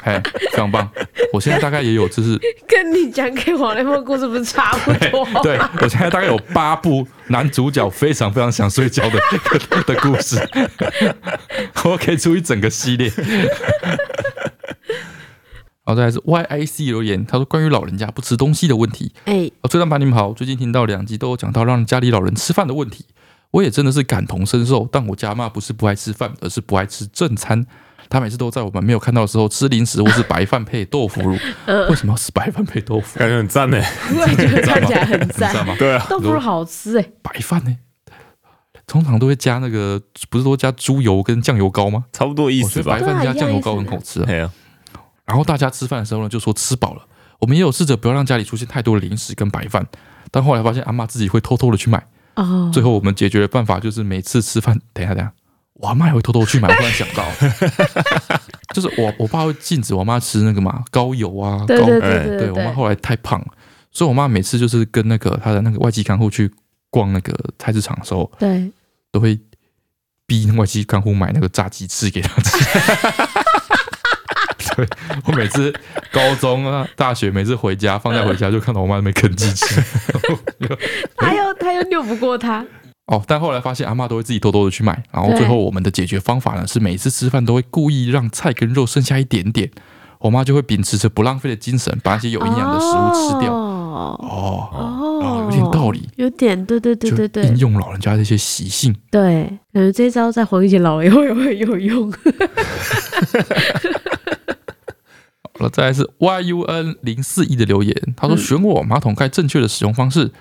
S2: 哎，非常棒！我现在大概也有就是
S4: 跟你讲给王雷梦故事不是差不多？
S2: 对我现在大概有八部男主角非常非常想睡觉的的故事，我可以出一整个系 列。然后再来是 YIC 留言，他说关于老人家不吃东西的问题。
S4: 哎，
S2: 哦，崔老板你们好，最近听到两集都有讲到让家里老人吃饭的问题，我也真的是感同身受。但我家妈不是不爱吃饭，而是不爱吃正餐。他每次都在我们没有看到的时候吃零食，或是白饭配豆 腐乳。为什么要吃白饭配豆腐？
S3: 感觉很赞呢。
S4: 我也觉得嗯 看起来很
S2: 你知道
S4: 赞，
S2: 吗？
S3: 对啊，
S4: 豆腐乳好吃哎、
S2: 白饭呢、通常都会加那个，不是都加猪油跟酱油膏吗？
S3: 差不多意
S2: 我觉
S3: 思
S2: 得
S3: 吧
S2: 白。饭
S4: 对啊
S2: 加
S4: 一样
S2: 酱油
S4: 意思
S2: 膏很好吃、啊。
S3: 哎呀，
S2: 然后大家吃饭的时候呢，就说吃饱了。我们也有试着不要让家里出现太多的零食跟白饭，但后来发现阿妈自己会偷偷的去买。
S4: 哦，
S2: 最后我们解决的办法就是每次吃饭，等一下等一下，我阿妈也会偷偷去买。我突然想到，就是我我爸会禁止我妈吃那个嘛高油啊，
S4: 对对
S2: 高
S4: 对对
S2: 对我妈后来太胖了，所以我妈每次就是跟那个她的那个外籍看护去逛那个菜市场的时候，
S4: 对，
S2: 都会逼那个外籍看护买那个炸鸡翅给她吃。 对我每次高中啊、大学，每次回家放假回家就看到我妈在那边啃鸡翅，哎
S4: 他又他又拗不过他，
S2: 哦，但后来发现阿妈都会自己偷偷的去买，然后
S4: 对
S2: 最后我们的解决方法呢是每一次吃饭都会故意让菜跟肉剩下一点点，我妈就会秉持着不浪费的精神，把那些有营养的食物吃掉。
S4: 哦
S2: 哦，
S4: 哦
S2: 哦，有点道理，
S4: 有点对对对
S2: 就
S4: 对对
S2: 应用老人家的一些习性。
S4: 对，感觉这一招在黄奕杰老了以后也会有 用。
S2: 好了，再来是 YUN 零四一的留言，他说
S4: 嗯
S2: 选我马桶盖正确的使用方式。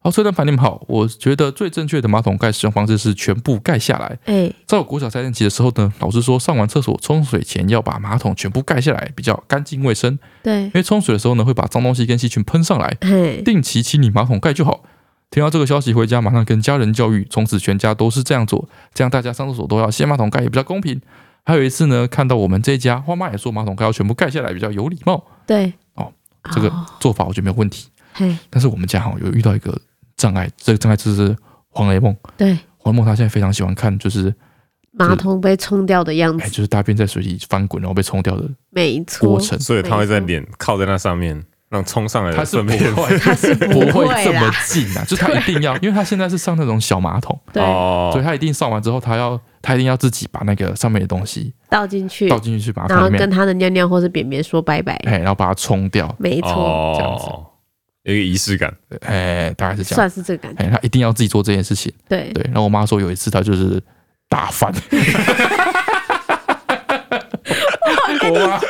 S2: 好，崔丹凡你们好，我觉得最正确的马桶盖使用方式是全部盖下来。
S4: 哎，
S2: 在我国小三年级的时候呢，老师说上完厕所冲水前要把马桶全部盖下来，比较干净卫生。
S4: 对
S2: 因，为冲水的时候呢，会把脏东西跟细菌喷上来，
S4: 嘿，
S2: 定期清理马桶盖就好。听到这个消息，回家马上跟家人教育，从此全家都是这样做，这样大家上厕所都要掀马桶盖，也比较公平。还有一次呢，看到我们这一家花妈也说马桶盖要全部盖下来，比较有礼貌。
S4: 对，
S2: 哦，这个
S4: 哦
S2: 做法我觉得没有问题，
S4: 嘿，
S2: 但是我们家哈、有遇到一个障碍，这个障碍就是黄雷梦。
S4: 对，
S2: 黄雷梦他现在非常喜欢看，就是
S4: 马桶被冲掉的样
S2: 哎，
S4: 子，
S2: 就是大便在水里翻滚然后被冲掉的
S4: 没错
S2: 过，程，
S3: 所以他会在脸靠在那上面，让冲上来
S2: 他
S3: 的
S2: 是
S3: 粪
S2: 不
S3: 便。
S2: 会
S4: 他 是
S2: 不
S4: 不
S2: 会
S4: 会
S2: 这么
S4: 啦，
S2: 近啊，就是他一定要，因为他现在是上那种小马桶，
S4: 对，
S2: 所以
S3: 哦，
S2: 他一定上完之后，他要他一定要自己把那个上面的东西
S4: 倒进去，
S2: 倒进去，把它
S4: 然
S2: 放
S4: 后
S2: 里面
S4: 跟，他的尿尿或是便便说拜拜，
S2: 哎，然后把它冲掉，
S4: 没错，
S2: 这样子
S3: 哦，有一个仪式感。
S2: 哎，大概是这样，
S4: 算是这个感觉，
S2: 哎，他一定要自己做这件事情。
S4: 对，
S2: 对，然后我妈说有一次她就是大翻， 我妈超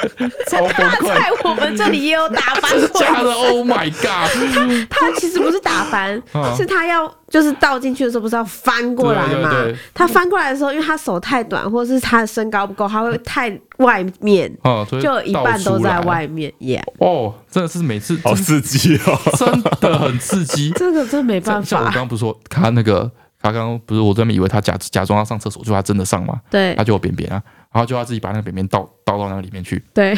S2: 崩溃，
S4: 在我们这里也有打翻 过，
S2: 假的，Oh my god！
S4: 他其实不是打翻，
S2: 嗯
S4: 是他要就是倒进去的时候不是要翻过来
S2: 对对
S4: 嘛
S2: 对？
S4: 他翻过来的时候，因为他手太短，或者是他的身高不够，他会太外面，
S2: 啊，所以
S4: 就有一半
S2: 倒
S4: 都
S2: 出
S4: 在
S2: 来
S4: 外面耶。。
S2: 哦，真的是每次
S3: 好刺激哦！
S2: 真的很刺激
S4: 这个真没办
S2: 像像我
S4: 法
S2: 刚，刚不是说他那个，他刚刚不是我专门以为他假假装要上厕所，就他真的上嘛，
S4: 对
S2: 他就有便便啊，然后就他自己把那个便便倒倒到那个里面去。
S4: 对，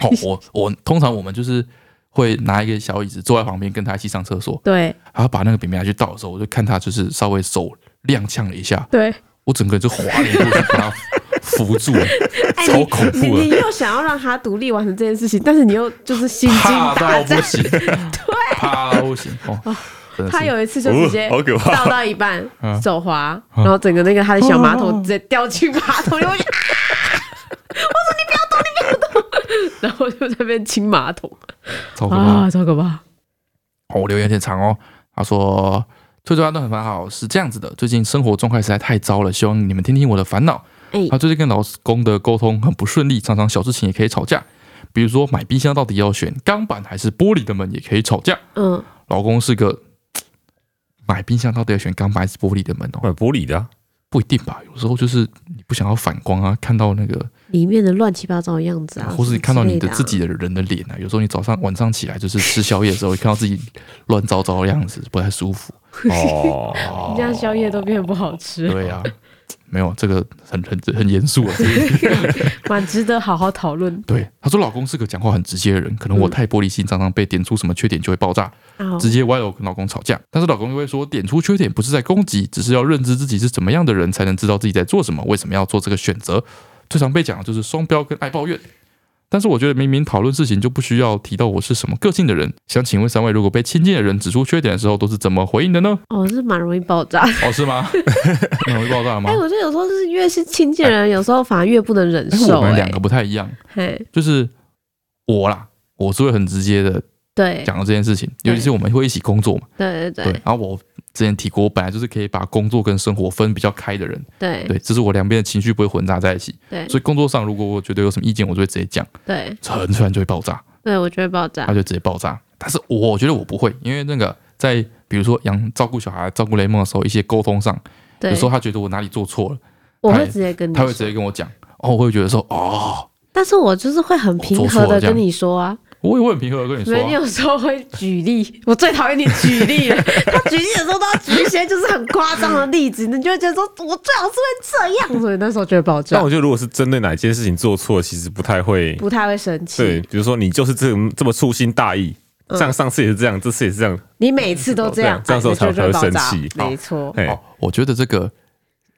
S2: 哦，我我通常我们就是会拿一个小椅子坐在旁边跟他一起上厕所，
S4: 对
S2: 然后把那个便便拿去倒的时候，我就看他就是稍微手踉跄了一下，
S4: 对，
S2: 我整个人就滑了过去把他扶住，
S4: 哎
S2: 超恐
S4: 你
S2: 怖
S4: 你
S2: 的。
S4: 又想要让他独立完成这件事情，但是你又就是心惊
S2: 怕
S4: 胆
S2: 到不
S4: 战。
S2: 行，怕到不行哦！真的
S4: 他
S2: 是
S4: 有一次就直接
S3: 哦好可怕
S4: 倒到一半
S2: 嗯
S4: 手滑，然后整个那个他的小马桶直接掉进马 桶里，我就啊，我说你不要动，你不要动， 然后就在那边清马桶
S2: 超可怕。
S4: 啊，超可怕。
S2: 哦，我留言有点长哦。他说：“崔周安都很烦好，是这样子的，最近生活状态实在太糟了，希望你们听听我的烦恼。
S4: 哎
S2: 他最近跟老公的沟通很不顺利，常常小事情也可以吵架，比如说买冰箱到底要选钢板还是玻璃的门，也可以吵架。
S4: 嗯，
S2: 老公是个嘖买冰箱到底要选钢板还是玻璃的门哦，
S3: 买玻璃的啊，
S2: 不一定吧？有时候就是你不想要反光啊，看到那个，
S4: 里面的乱七八糟的样子啊，
S2: 或是你看到你的自己
S4: 的
S2: 的人的脸啊。有时候你早上晚上起来就是吃宵夜的时候，看到自己乱糟糟的样子，不太舒服。
S3: 哦，
S4: 啊，人家宵夜都变得不好吃，
S2: 对呀、没有这个很很很严肃啊。这个
S4: 蛮值得好好讨论。
S2: 对，她说老公是个讲话很直接的人，可能我太玻璃心，常常被点出什么缺点就会爆炸，
S4: 哦
S2: 直接歪楼跟老公吵架。但是老公又会说，点出缺点不是在攻击，只是要认知自己是怎么样的人，才能知道自己在做什么，为什么要做这个选择。最常被讲的就是双标跟爱抱怨。但是我觉得明明讨论事情就不需要提到我是什么个性的人。想请问三位，如果被亲近的人指出缺点的时候，都是怎么回应的呢？
S4: 哦，是蛮容易爆炸。
S2: 哦，是吗？那容易爆炸吗
S4: 哎，？我觉得有时候是越是亲近的人，有时候反而越不能忍
S2: 哎
S4: 受。
S2: 我们两
S4: 哎
S2: 个，不太一样。
S4: 嘿，
S2: 就是我啦，我是会很直接的
S4: 对
S2: 讲到这件事情，
S4: 对
S2: 尤其是我们会一起工作嘛，
S4: 对对
S2: 对
S4: 对，，
S2: 然后我之前提过，我本来就是可以把工作跟生活分比较开的人，
S4: 对
S2: 对，这是我两边的情绪不会混杂在一起。
S4: 对
S2: 所以工作上如果我觉得有什么意见，我就会直接讲，
S4: 对
S2: 很突然就会爆炸，
S4: 对，我觉得爆炸
S2: 他，就直接爆炸。但是我觉得我不会，因为那个在比如说养照顾小孩、照顾雷蒙的时候，一些沟通上，
S4: 对嗯
S2: 有时，候他觉得我哪里做错了，
S4: 我
S2: 他
S4: 会
S2: 也
S4: 直接跟你
S2: 他会
S4: 说，
S2: 直接跟我讲，哦，我会觉得说，哦，
S4: 但是我就是会很平和的跟你说啊，
S2: 我也会很平和的跟你
S4: 因
S2: 说
S4: 为
S2: 啊、
S4: 你有时候会举例， 我最讨厌你举 例了。他举例的时候都要举一些就是很夸张的例子，你就会觉得说我最好是会这样，所以那时候就会爆
S3: 但
S4: 炸
S3: 我，觉得如果是针对哪件事情做错，其实不太会。
S4: 不太会生气
S3: 对，。比如说你就是这么这么粗心大意，
S4: 嗯
S3: 像上次也是这样，这次也是这样，
S4: 你每次都这样，哎
S3: 这样这样时候才
S4: 就会爆炸
S3: 才会生气
S4: 没错，
S3: 哎、
S2: 哦，我觉得这个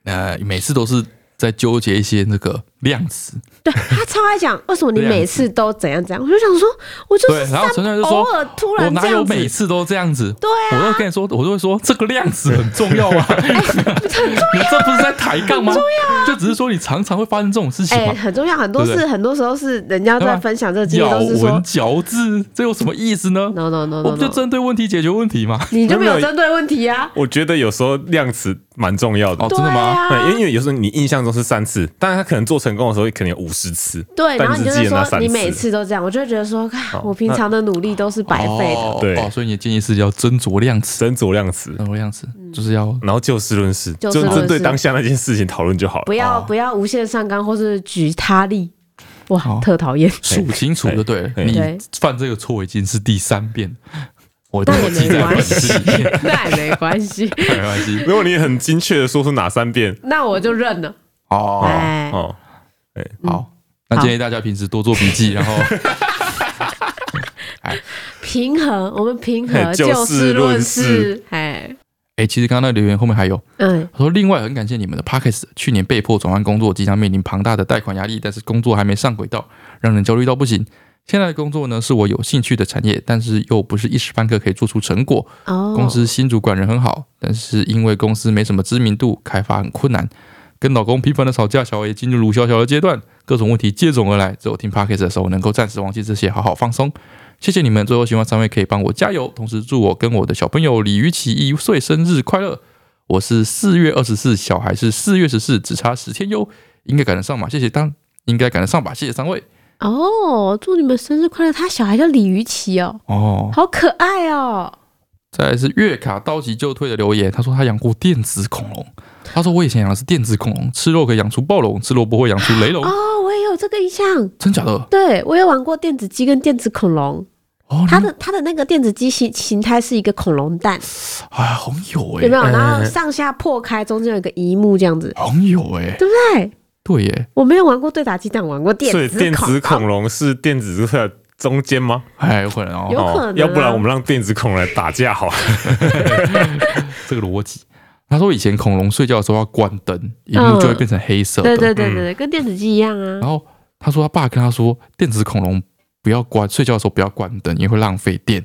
S2: 呃，每次都是在纠结一些那个量词，
S4: 对他超爱讲为什么你
S2: 这样子
S4: 每次都怎样怎样，我就想说，我就是
S2: 对然后
S4: 在
S2: 陈亮就说
S4: 偶尔突
S2: 我
S4: 然
S2: 哪
S4: 这
S2: 有
S4: 样
S2: 每
S4: 子，
S2: 次都这样子？
S4: 对啊
S2: 我都跟你说，我都会说这个量子很重要啊， 你这不是在抬杠吗？就只是说你常常会发生这种事情
S4: 啊哎、
S2: 嘛。
S4: 很重要，很多
S2: 对不
S4: 事，很多时候是人家
S2: 对吧
S4: 在分享这个经历
S2: 咬
S4: 都是说
S2: 文嚼字，这有什么意思呢？
S4: ，no no no
S2: 我
S4: no，,
S2: 们就
S4: no
S2: 针对问题解决问题嘛。
S4: 你就没有
S3: 没有
S4: 针对问题啊，
S3: 我觉得有时候量词蛮重要的。哎
S2: 哦，
S4: 对
S2: 真的吗？
S4: 啊，
S3: 对，因为因为有时候你印象中是三次，但是他可能做成功的时候可能有五十次。
S4: 对，然
S3: 但
S4: 后你就
S3: 只记
S4: 是
S3: 得那
S4: 说
S3: 三
S4: 你每
S3: 次。
S4: 次都这样，我就会觉得说，哎我平常的努力都是白费的。
S2: 哦
S3: 对
S2: 哦，所以你的建议是要斟酌量词，
S3: 斟酌量词，
S2: 斟酌量词
S4: 嗯
S2: 就是要
S3: 然后就事论事，
S4: 就
S3: 就
S4: 事论事
S3: 针对当下那件事情讨论就好了。
S4: 不要、不要无限上纲或是举他例，哇，
S2: 哦
S4: 特讨厌。
S2: 数清楚就对了。
S3: 哎
S2: 你
S4: 对
S2: 犯这个错已经是第三 遍，我都
S4: 那也
S2: 有记
S4: 没
S2: 在
S4: 关
S2: 本子
S4: 系
S2: 里面，，
S4: 那也没关系，
S2: 没关 系。
S3: 如果你很精确的说出哪三遍，
S4: 那我就认了。
S2: 哦，
S4: 哎、嗯
S3: 哦，
S2: 好，那建议大家平时多做笔记，然后
S4: 平衡，我们平和，
S3: 嘿就
S4: 事
S3: 事
S4: 论
S3: 论
S4: 事
S3: 事。
S4: 哎，
S2: 哎，其实刚刚那留言后面还有，
S4: 嗯，
S2: 他说：“另外，很感谢你们的 p a c k e s 去年被迫转换工作，即将面临庞大的贷款压力，但是工作还没上轨道，让人焦虑到不行。现在的工作呢，是我有兴趣的产业，但是又不是一时半刻可以做出成果。
S4: 哦，
S2: 公司新主管人很好，但是因为公司没什么知名度，开发很困难。跟老公频繁的吵架，小 A 进入鲁小小的阶段，各种问题接踵而来。只有听 p o d c a s t 的时候，能够暂时忘记这些，好好放松。谢谢你们，最后希望三位可以帮我加油，同时祝我跟我的小朋友李于琦一岁生日快乐。我是四月二十四，小孩是四月十四，只差十天哟，应该赶得上吧？谢谢当，应该赶得上吧？谢谢三位。
S4: 哦，祝你们生日快乐！他小孩叫李于琦哦，
S2: 哦，
S4: 好可爱哦。
S2: 再来是月卡到期就退的留言，他说他养过电子恐龙。他说我以前养的是电子恐龙，吃肉可以养出暴龙，吃萝卜会养出雷龙，
S4: 哦，我也有这个印象，
S2: 真假的？
S4: 对我也玩过电子鸡跟电子恐龙，
S2: 哦，
S4: 它的它的那个电子鸡形形态是一个恐龙蛋，
S2: 哎，好有哎、
S4: 有没有？
S3: 哎
S4: 然后上下破开，中间有一个一幕这样子，
S2: 好有哎、
S4: 对不对？
S2: 对耶，
S4: 我没有玩过对打鸡蛋，玩过电
S3: 所以
S4: 子
S3: 电子
S4: 恐
S3: 恐龙是电子的中间吗？
S2: 哎，有可能
S4: 有
S2: 哦，
S4: 可能啊
S3: 要不然我们让电子恐龙来打架好了。
S2: 这个逻辑。他说以前恐龙睡觉的时候要关灯，荧幕就会变成黑色的。
S4: 哦对对对对
S3: 嗯
S4: 对，跟电子鸡一样啊
S2: 然。后他说他爸跟他说，电子恐龙不要关，睡觉的时候不要关灯，因为会浪费电。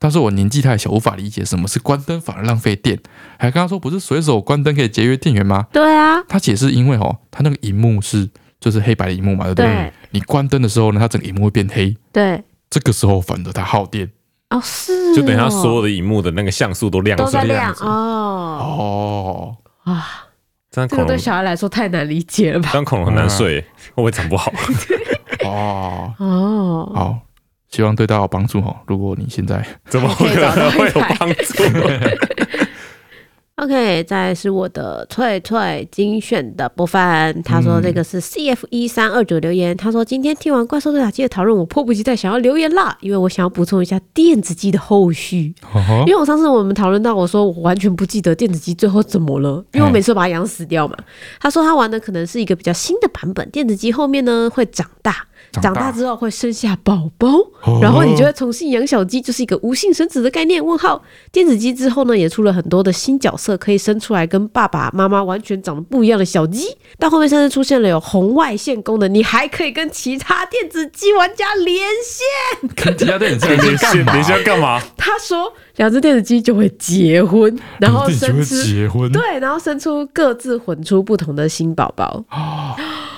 S2: 但是我年纪太小，无法理解什么是关灯反而浪费电，还跟他说不是随手关灯可以节约电源吗？
S4: 对啊，
S2: 他解释，因为哦，他那个荧幕是就是黑白的荧幕嘛，对不对？
S4: 对
S2: 你关灯的时候呢，它整个荧幕会变黑，
S4: 对，
S2: 这个时候反而它耗电。
S4: 哦是哦，
S3: 就等一下所有的荧幕的那个像素都亮
S4: 都
S3: 色
S4: 在
S3: 这
S4: 亮
S3: 样子，
S4: 哦
S2: 哦，
S4: 啊，
S3: 这样
S4: 这
S3: 恐
S4: 个
S3: 龙
S4: 对小孩来说太难理解了吧？
S3: 当恐龙很难睡，会不会长不 好？
S2: 哦，
S4: 哦，
S2: 好，希望对大家有帮助哦。如果你现在
S3: 怎么可能 会有帮 助？
S4: OK，再来是我的翠翠精选的部分。他说这个是 CF 一三二九留言，他说今天听完怪兽对打机的讨论，我迫不及待想要留言啦，因为我想要补充一下电子机的后续。
S2: 哦
S4: 因为我上次我们讨论到，我说我完全不记得电子机最后怎么了，因为我每次都把它养死掉嘛。他说他玩的可能是一个比较新的版本，电子机后面呢会长大。
S2: 长大
S4: 长大之后会生下宝宝，
S2: 哦
S4: 然后你就会重新养小鸡，就是一个无性生子的概念。问号，电子鸡之后呢，也出了很多的新角色，可以生出来跟爸爸妈妈完全长得不一样的小鸡。到后面甚至出现了有红外线功能，你还可以跟其他电子鸡玩家连线。
S2: 跟其他电子
S3: 等一
S2: 连
S3: 下，
S2: 线干嘛
S3: 等一？下干嘛？
S4: 他说，两只电子鸡就会结婚，然后
S2: 你就
S4: 生
S2: 会
S4: 出
S2: 结婚
S4: 对，然后生出各自混出不同的新宝宝。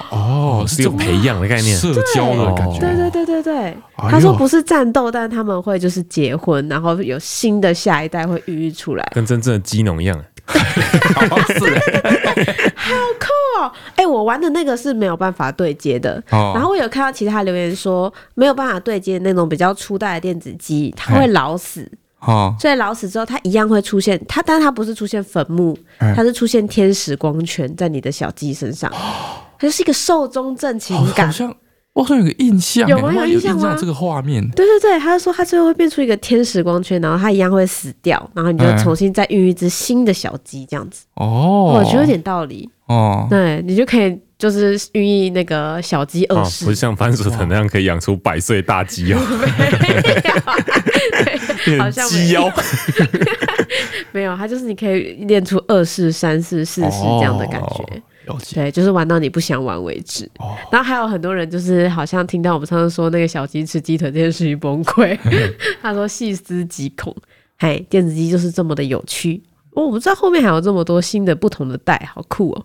S2: 哦，
S3: 是
S2: 是
S3: 有
S2: 这种
S3: 培养的概念，
S2: 社交的感觉。
S3: 对
S4: 对对对对对，
S2: 哎呦
S4: 他说不是战斗，但他们会就是结婚，然后有新的下一代会孕育出来。
S3: 跟真正的鸡农一样。
S2: 好像是欸
S4: 哦，哎、我玩的那个是没有办法对接的。
S2: 哦
S4: 然后我有看到其他留言说，没有办法对接那种比较初代的电子机，它会
S2: 哎
S4: 老死，
S2: 哦，
S4: 所以老死之后它一样会出现它，但它不是出现坟墓，
S2: 哎
S4: 它是出现天使光圈在你的小鸡 身上，它就是一个寿终正寝
S2: 好
S4: 感
S2: 好。像我好像有个印象欸，
S4: 有吗
S2: 我
S4: 有
S2: 有
S4: 印象啊吗
S2: 这个画面，
S4: 对对对，他就说他最后会变出一个天使光圈，然后它一样会死掉，然后你就
S2: 哎
S4: 重新再孕育一只新的小鸡，这样子，
S2: 哦，
S4: 我觉得有点道理。
S2: 哦，
S4: 对你就可以就是孕育那个小鸡
S3: 哦
S4: 二，
S3: 不
S4: 世
S3: 是， 像番薯藤那样可以养出百岁大鸡哦， 变
S4: 好
S3: 成
S4: 像
S3: 鸡哦腰，
S4: 没有，它就是你可以练出二世、三世、四世这样的感觉。
S2: 哦了解
S4: 对，就是玩到你不想玩为止。
S2: 哦
S4: 然后还有很多人就是好像听到我们上次说那个小鸡吃鸡腿这件事情 崩溃，他说细思极恐。嘿，电子鸡就是这么的有趣。哦，我不知道后面还有这么多新的不同的代，好酷哦。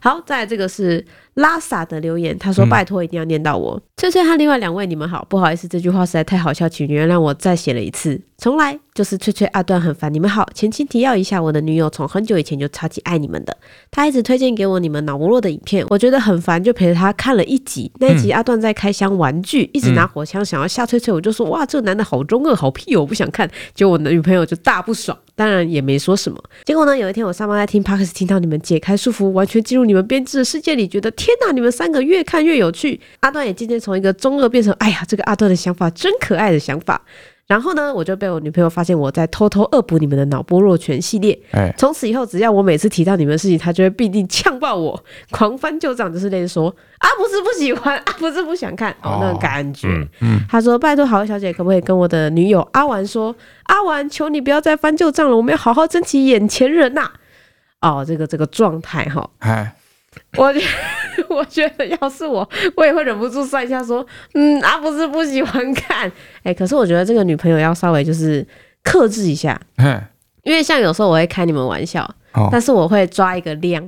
S4: 好，再来这个是拉萨的留言，他说：“
S2: 嗯
S4: 拜托，一定要念到我。翠翠和另外两位，你们好，不好意思，这句话实在太好笑，请原谅我再写了一次，重来。就是翠翠阿段很烦，你们好。前情提要一下，我的女友从很久以前就超级爱你们的，她一直推荐给我你们脑无落的影片，我觉得很烦，就陪着她看了一集。那一集阿段在开箱玩具，一直拿火枪想要吓翠翠，我就说：哇，这个男的好中二，好屁哦，我不想看。结果我的女朋友就大不爽，当然也没说什么。结果呢，有一天我上班在听 p o d c a s 听到你们解开束缚，完全进入你们编织的世界里，觉得天哪，你们三个越看越有趣。阿段也渐渐从一个中二变成，哎呀，这个阿段的想法真可爱的想法。然后呢，我就被我女朋友发现我在偷偷恶补你们的脑波弱拳系列。
S2: 哎
S4: 从此以后，只要我每次提到你们的事情，她就会必定呛爆我，狂翻旧账，就是类似说啊，不是不喜欢， 啊，不是不想看，哦，那种
S2: 哦
S4: 感觉。
S3: 嗯，
S4: 他说：“拜托，好小姐，可不可以跟我的女友阿丸说，阿丸，求你不要再翻旧账了，我们要好好珍惜眼前人呐、哦，这个这个状态哈，
S2: 哎，
S4: 我觉我觉得要是我，我也会忍不住算一下说，嗯，啊，不是不喜欢看，哎、可是我觉得这个女朋友要稍微就是克制一下，
S2: 哎，
S4: 因为像有时候我会开你们玩笑，
S2: 哦
S4: 但是我会抓一个量，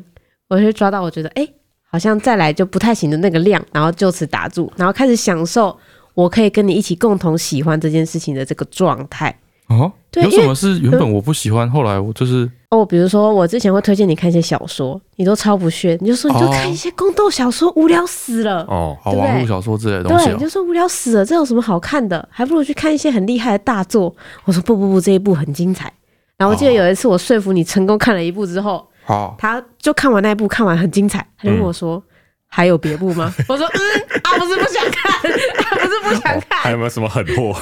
S4: 我会抓到我觉得哎、诶好像再来就不太行的那个量，然后就此打住，然后开始享受我可以跟你一起共同喜欢这件事情的这个状态。
S2: 哦，
S4: 对
S2: 有
S4: 因
S2: 什
S4: 为嗯
S2: 么是原本我不喜欢，后来我就是
S4: 哦，比如说我之前会推荐你看一些小说，你都超不屑，你就说你就
S2: 哦
S4: 看一些宫斗小说，无聊死了。
S3: 哦，
S2: 好
S4: 对不对
S2: 网络小说之类的东西
S4: 对，你
S2: 哦
S4: 就说无聊死了，这有什么好看的？还不如去看一些很厉害的大作。我说不不不，这一部很精彩。然后我记得
S2: 哦
S4: 有一次我说服你成功看了一部之后，
S2: 好，
S4: 他就看完那一部，看完很精彩，他就问我说：“还有别部吗？”我说：“嗯，啊，不是不想看，啊， 不是不想
S3: 哦还
S4: 看。
S3: 有没有什么狠货？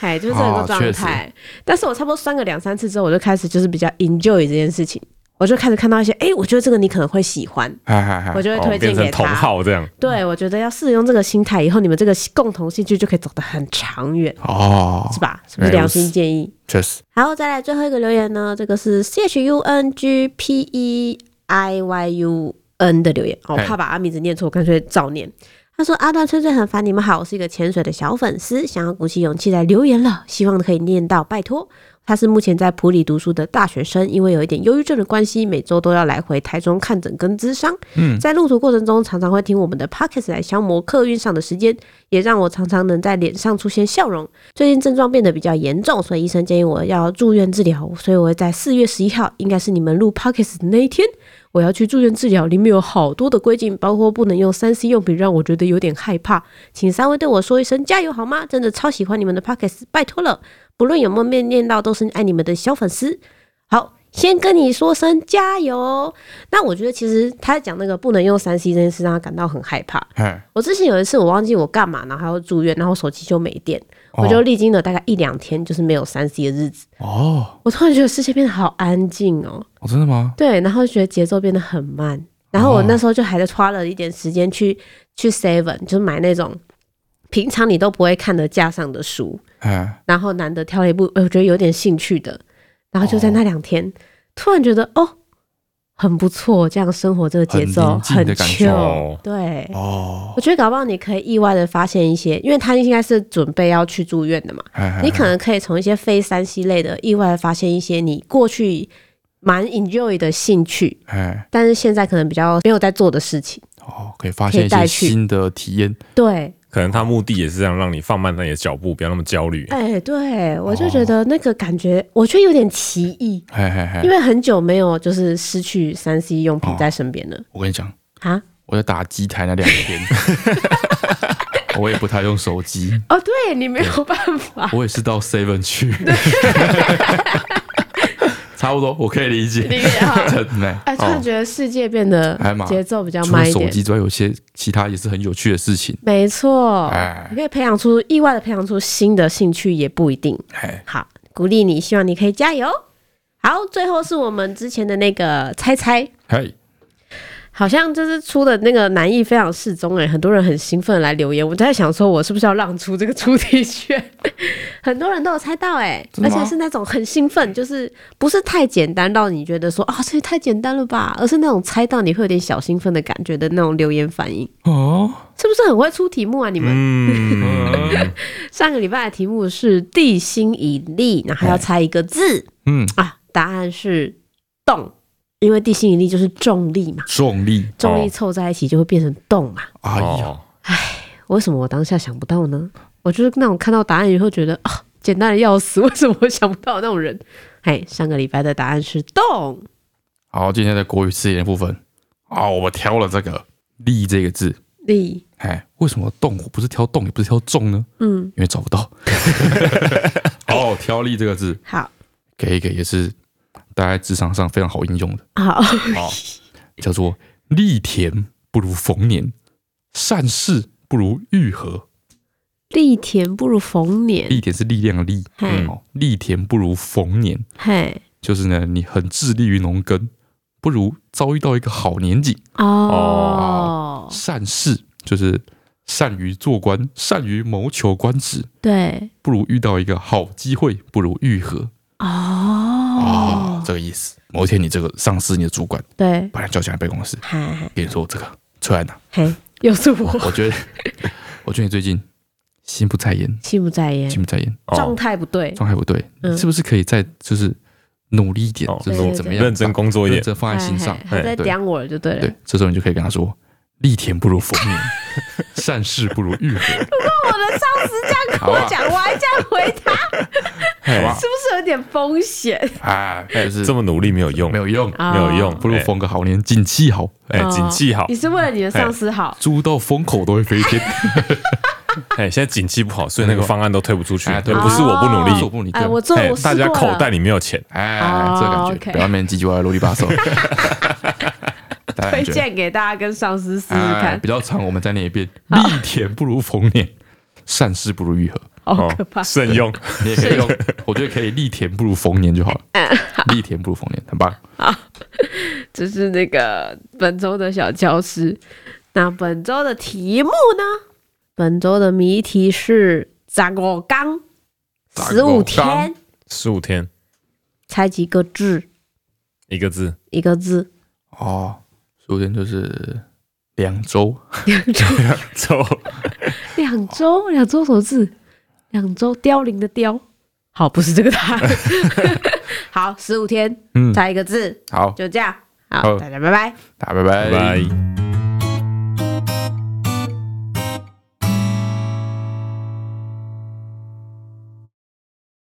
S4: 哎，就是这个
S2: 哦
S4: 状
S2: 确实
S4: 态。但是我差不多酸个两三次之后，我就开始就是比较 enjoy 这件事情，我就开始看到一些，哎、我觉得这个你可能会喜欢，
S2: 哎哎
S4: 我
S2: 哎，
S4: 就会
S3: 哦
S4: 推荐
S3: 变成
S4: 给
S3: 同
S4: 他。
S3: 号这样，
S4: 对，我觉得要试用这个心态，以后你们这个共同兴趣就可以走得很长远，
S2: 哦
S4: 是，吧？是不是
S3: 没有
S4: 良心建议？
S2: 确实，
S1: 然后再来最后一个留言呢，这个是 C H U N G P E I Y U
S4: N 的留言，哦我
S2: 嘿
S4: 怕把阿名字念错，我干脆照念。
S1: 他说：“阿段、翠翠很烦你们好，我是一个潜水的小粉丝，想要鼓起勇气来留言了，希望可以念到，拜托。”他是目前在普里读书的大学生，因为有一点忧郁症的关系，每周都要来回台中看诊跟咨商。
S2: 嗯
S1: 在路途过程中，常常会听我们的 podcast 来消磨客运上的时间，也让我常常能在脸上出现笑容。最近症状变得比较严重，所以医生建议我要住院治疗，所以我会在四月十一号，应该是你们录 podcast 的那一天，我要去住院治疗，里面有好多的规定，包括不能用三 C 用品，让我觉得有点害怕。请三位对我说一声加油好吗？真的超喜欢你们的 Pockets，拜托了！不论有没有面念到，都是爱你们的小粉丝。好，先跟你说声加油。那我觉得其实他在讲那个不能用三 C 这件事，让他感到很害怕。
S2: 哎，
S1: 我之前有一次我忘记我干嘛，然后还要住院，然后手机就没电，
S2: 哦
S1: 我就历经了大概一两天就是没有三 C 的日子。
S2: 哦，
S1: 我突然觉得世界变得好安静哦。
S2: 哦真的吗？
S1: 对，然后觉得节奏变得很慢。然
S2: 哦
S1: 后我那时候就还是花了一点时间去去 Seven，就是买那种平常你都不会看的架上的书，
S2: 哎，
S1: 然后难得挑了一部呃我觉得有点兴趣的，然后就
S2: 哦
S1: 在那两天、突然觉得哦，很不错，这样生活这个节
S2: 很
S1: 奏
S2: 宁静的
S1: 很
S2: 感觉
S1: chill，、
S3: 哦
S1: 对。
S2: 哦，
S1: 我觉得搞不好你可以意外的发现一些，因为他应该是准备要去住院的嘛，
S2: 哎
S4: 嗯
S2: 哎
S1: 你可能可以从一些非山西类的意外地发现一些你过去蛮 enjoy 的兴趣，
S2: 哎，
S1: 但是现在可能比较没有在做的事情，
S2: 哎哦，可以发现
S1: 可以
S2: 一些
S1: 带去
S2: 新的体验。
S1: 对，
S3: 可能他目的也是这样，让你放慢那你的脚步，不要那么焦虑。
S4: 哎、对我就觉得那个感觉，我觉得有点奇异，
S2: 嘿嘿嘿，
S4: 因为很久没有就是失去三 C 用品在身边了
S2: 我跟你讲，
S4: 啊。
S2: 我在打机台那两 天，我也不太用手机，
S4: 哦，对你没有办 法，
S2: 我也是到 Seven 去， 差不多，我可以理解。
S4: 你也好。
S2: 真的
S4: 哎，突然
S2: 哦，
S4: 觉得世界变得
S2: 还蛮
S4: 节奏比较
S2: 除了
S4: 慢一
S2: 手
S4: 点。
S2: 机之外，有些其他也是很有趣的事情。
S4: 没错
S2: 哎，
S4: 你可以培养出意外的培养出新的兴趣，也不一定。
S2: 哎，
S4: 好，鼓励你，希望你可以加油。好，最后是我们之前的那个猜猜，
S2: 嘿，
S4: 好像这次出的那个难易非常适中哎、很多人很兴奋地来留言，我在想说我是不是要让出这个出题权？很多人都有猜到哎、
S2: 真
S4: 而
S2: 的吗
S4: 且是那种很兴奋，就是不是太简单到你觉得说啊、这也太简单了吧，而是那种猜到你会有点小兴奋的感觉的那种留言反应，
S2: 哦，
S4: 是不是很会出题目啊？你们、
S3: 嗯，
S4: 上个礼拜的题目是地心引力，然后要猜一个字。
S2: 嗯，
S4: 啊，答案是动，因为地心引力就是重力嘛，
S2: 重力，
S4: 重力凑在一起就会变成动嘛。
S2: 哎呀，
S3: 哦，
S4: 为什么我当下想不到呢？我就是那种看到答案以后觉得啊，简单的要死，为什么我想不到那种人？哎，上个礼拜的答案是动，
S2: 好，今天的国语字典部分，啊，我挑了这个“力”这个字。
S4: 力，
S2: 哎，为什么动我不是挑动，也不是挑重呢？
S4: 嗯，
S2: 因为找不 到。哦，挑力这个字，
S4: 好，
S2: 给一个也是大家在职场上非常好应用的，
S4: 好，
S2: 叫做“力田不如逢年，善事不如愈合”。
S4: 力田不如逢年，
S2: 力田是力量的力，
S4: 嘿
S2: 哦，力田不如逢年，
S4: 嘿，
S2: 就是呢，你很致力于农耕，不如遭遇到一个好年景。
S4: 哦，
S2: 善事就是善于做官，善于谋求官职，
S4: 对，
S2: 不如遇到一个好机会，不如愈合。
S4: 哦
S2: 哦，，这个意思。某一天你这个上司、你的主管
S4: 对，
S2: 把你叫进来办公室，
S4: 嗨嗨，
S2: 跟你说这个崔安 娜，
S4: 嘿，又是我，
S2: 我觉得，我觉得你最近心不在焉，
S4: 心不在焉，
S2: 心不在焉，
S4: 状
S3: 哦，
S4: 态不对，
S2: 状态不对，
S4: 嗯
S2: 你是不是可以再就是努力一点
S3: 哦，
S2: 就是怎么样
S3: 认真工作一
S2: 认
S3: 点。
S2: 真放在心上
S4: 哎。还在
S2: 对
S4: 刁我了就对了。
S2: 对，这时候你就可以跟他说：“力田不如 逢年，善事不如愈合。
S4: 我的上司这样跟
S2: 啊
S4: 我讲，我还这样回答，是
S3: 哎
S2: 好吧
S4: 不是有点风险？”
S2: 啊，就是
S3: 这么努力没有哎用
S2: 没，有用，
S4: 啊
S3: 没有用，
S2: 不如逢个好年，景气好，
S3: 哎，
S4: 哦
S3: 景气好
S4: 你，是为了你的上司好，
S2: 猪到风口都会飞天。
S3: 哎，现在景气不好，所以那个方案都推不出 去
S2: 哎。
S3: 对，
S2: 对
S3: 不是我不努
S2: 不是我
S3: 力，
S2: 不理
S4: 哎，
S2: 对
S4: 我做
S3: 哎
S4: 我试过
S3: 大家口
S4: 了
S3: 袋里没有钱。
S2: 哎
S4: 哦，
S2: 这感觉
S4: OK
S2: 不要面唧唧歪歪、啰里吧 嗦。大家
S4: 推
S2: 感觉
S4: 荐给大家跟上司试试
S2: 哎，
S4: 看
S2: 比，较长，我们再念一遍：力田不如逢年，善事不如愈合。
S4: 好
S3: 哦
S4: 可怕，
S3: 慎用，
S2: 你也可以 用，我觉得可以力田不如逢年就好了。
S4: 嗯
S2: 力田不如逢年，很棒。
S4: 这是那个本周的小教师。那本周的题目呢？本周的谜题是杂果刚十
S2: 十
S4: 五
S2: 五天
S4: 天，
S3: 十五天
S4: 猜几个字？
S3: 一个字，
S4: 一个字，
S2: 哦，昨天就是两周，
S4: 两周，
S3: 走，
S4: 两周，两周什么字？两周凋零的凋，好，不是这个答 案。好，十五天
S2: 嗯，
S4: 猜一个字，
S2: 好，
S4: 就这样。
S2: 嗯好
S4: 好，大家拜拜。
S2: 大家拜拜
S3: 哎拜。拜。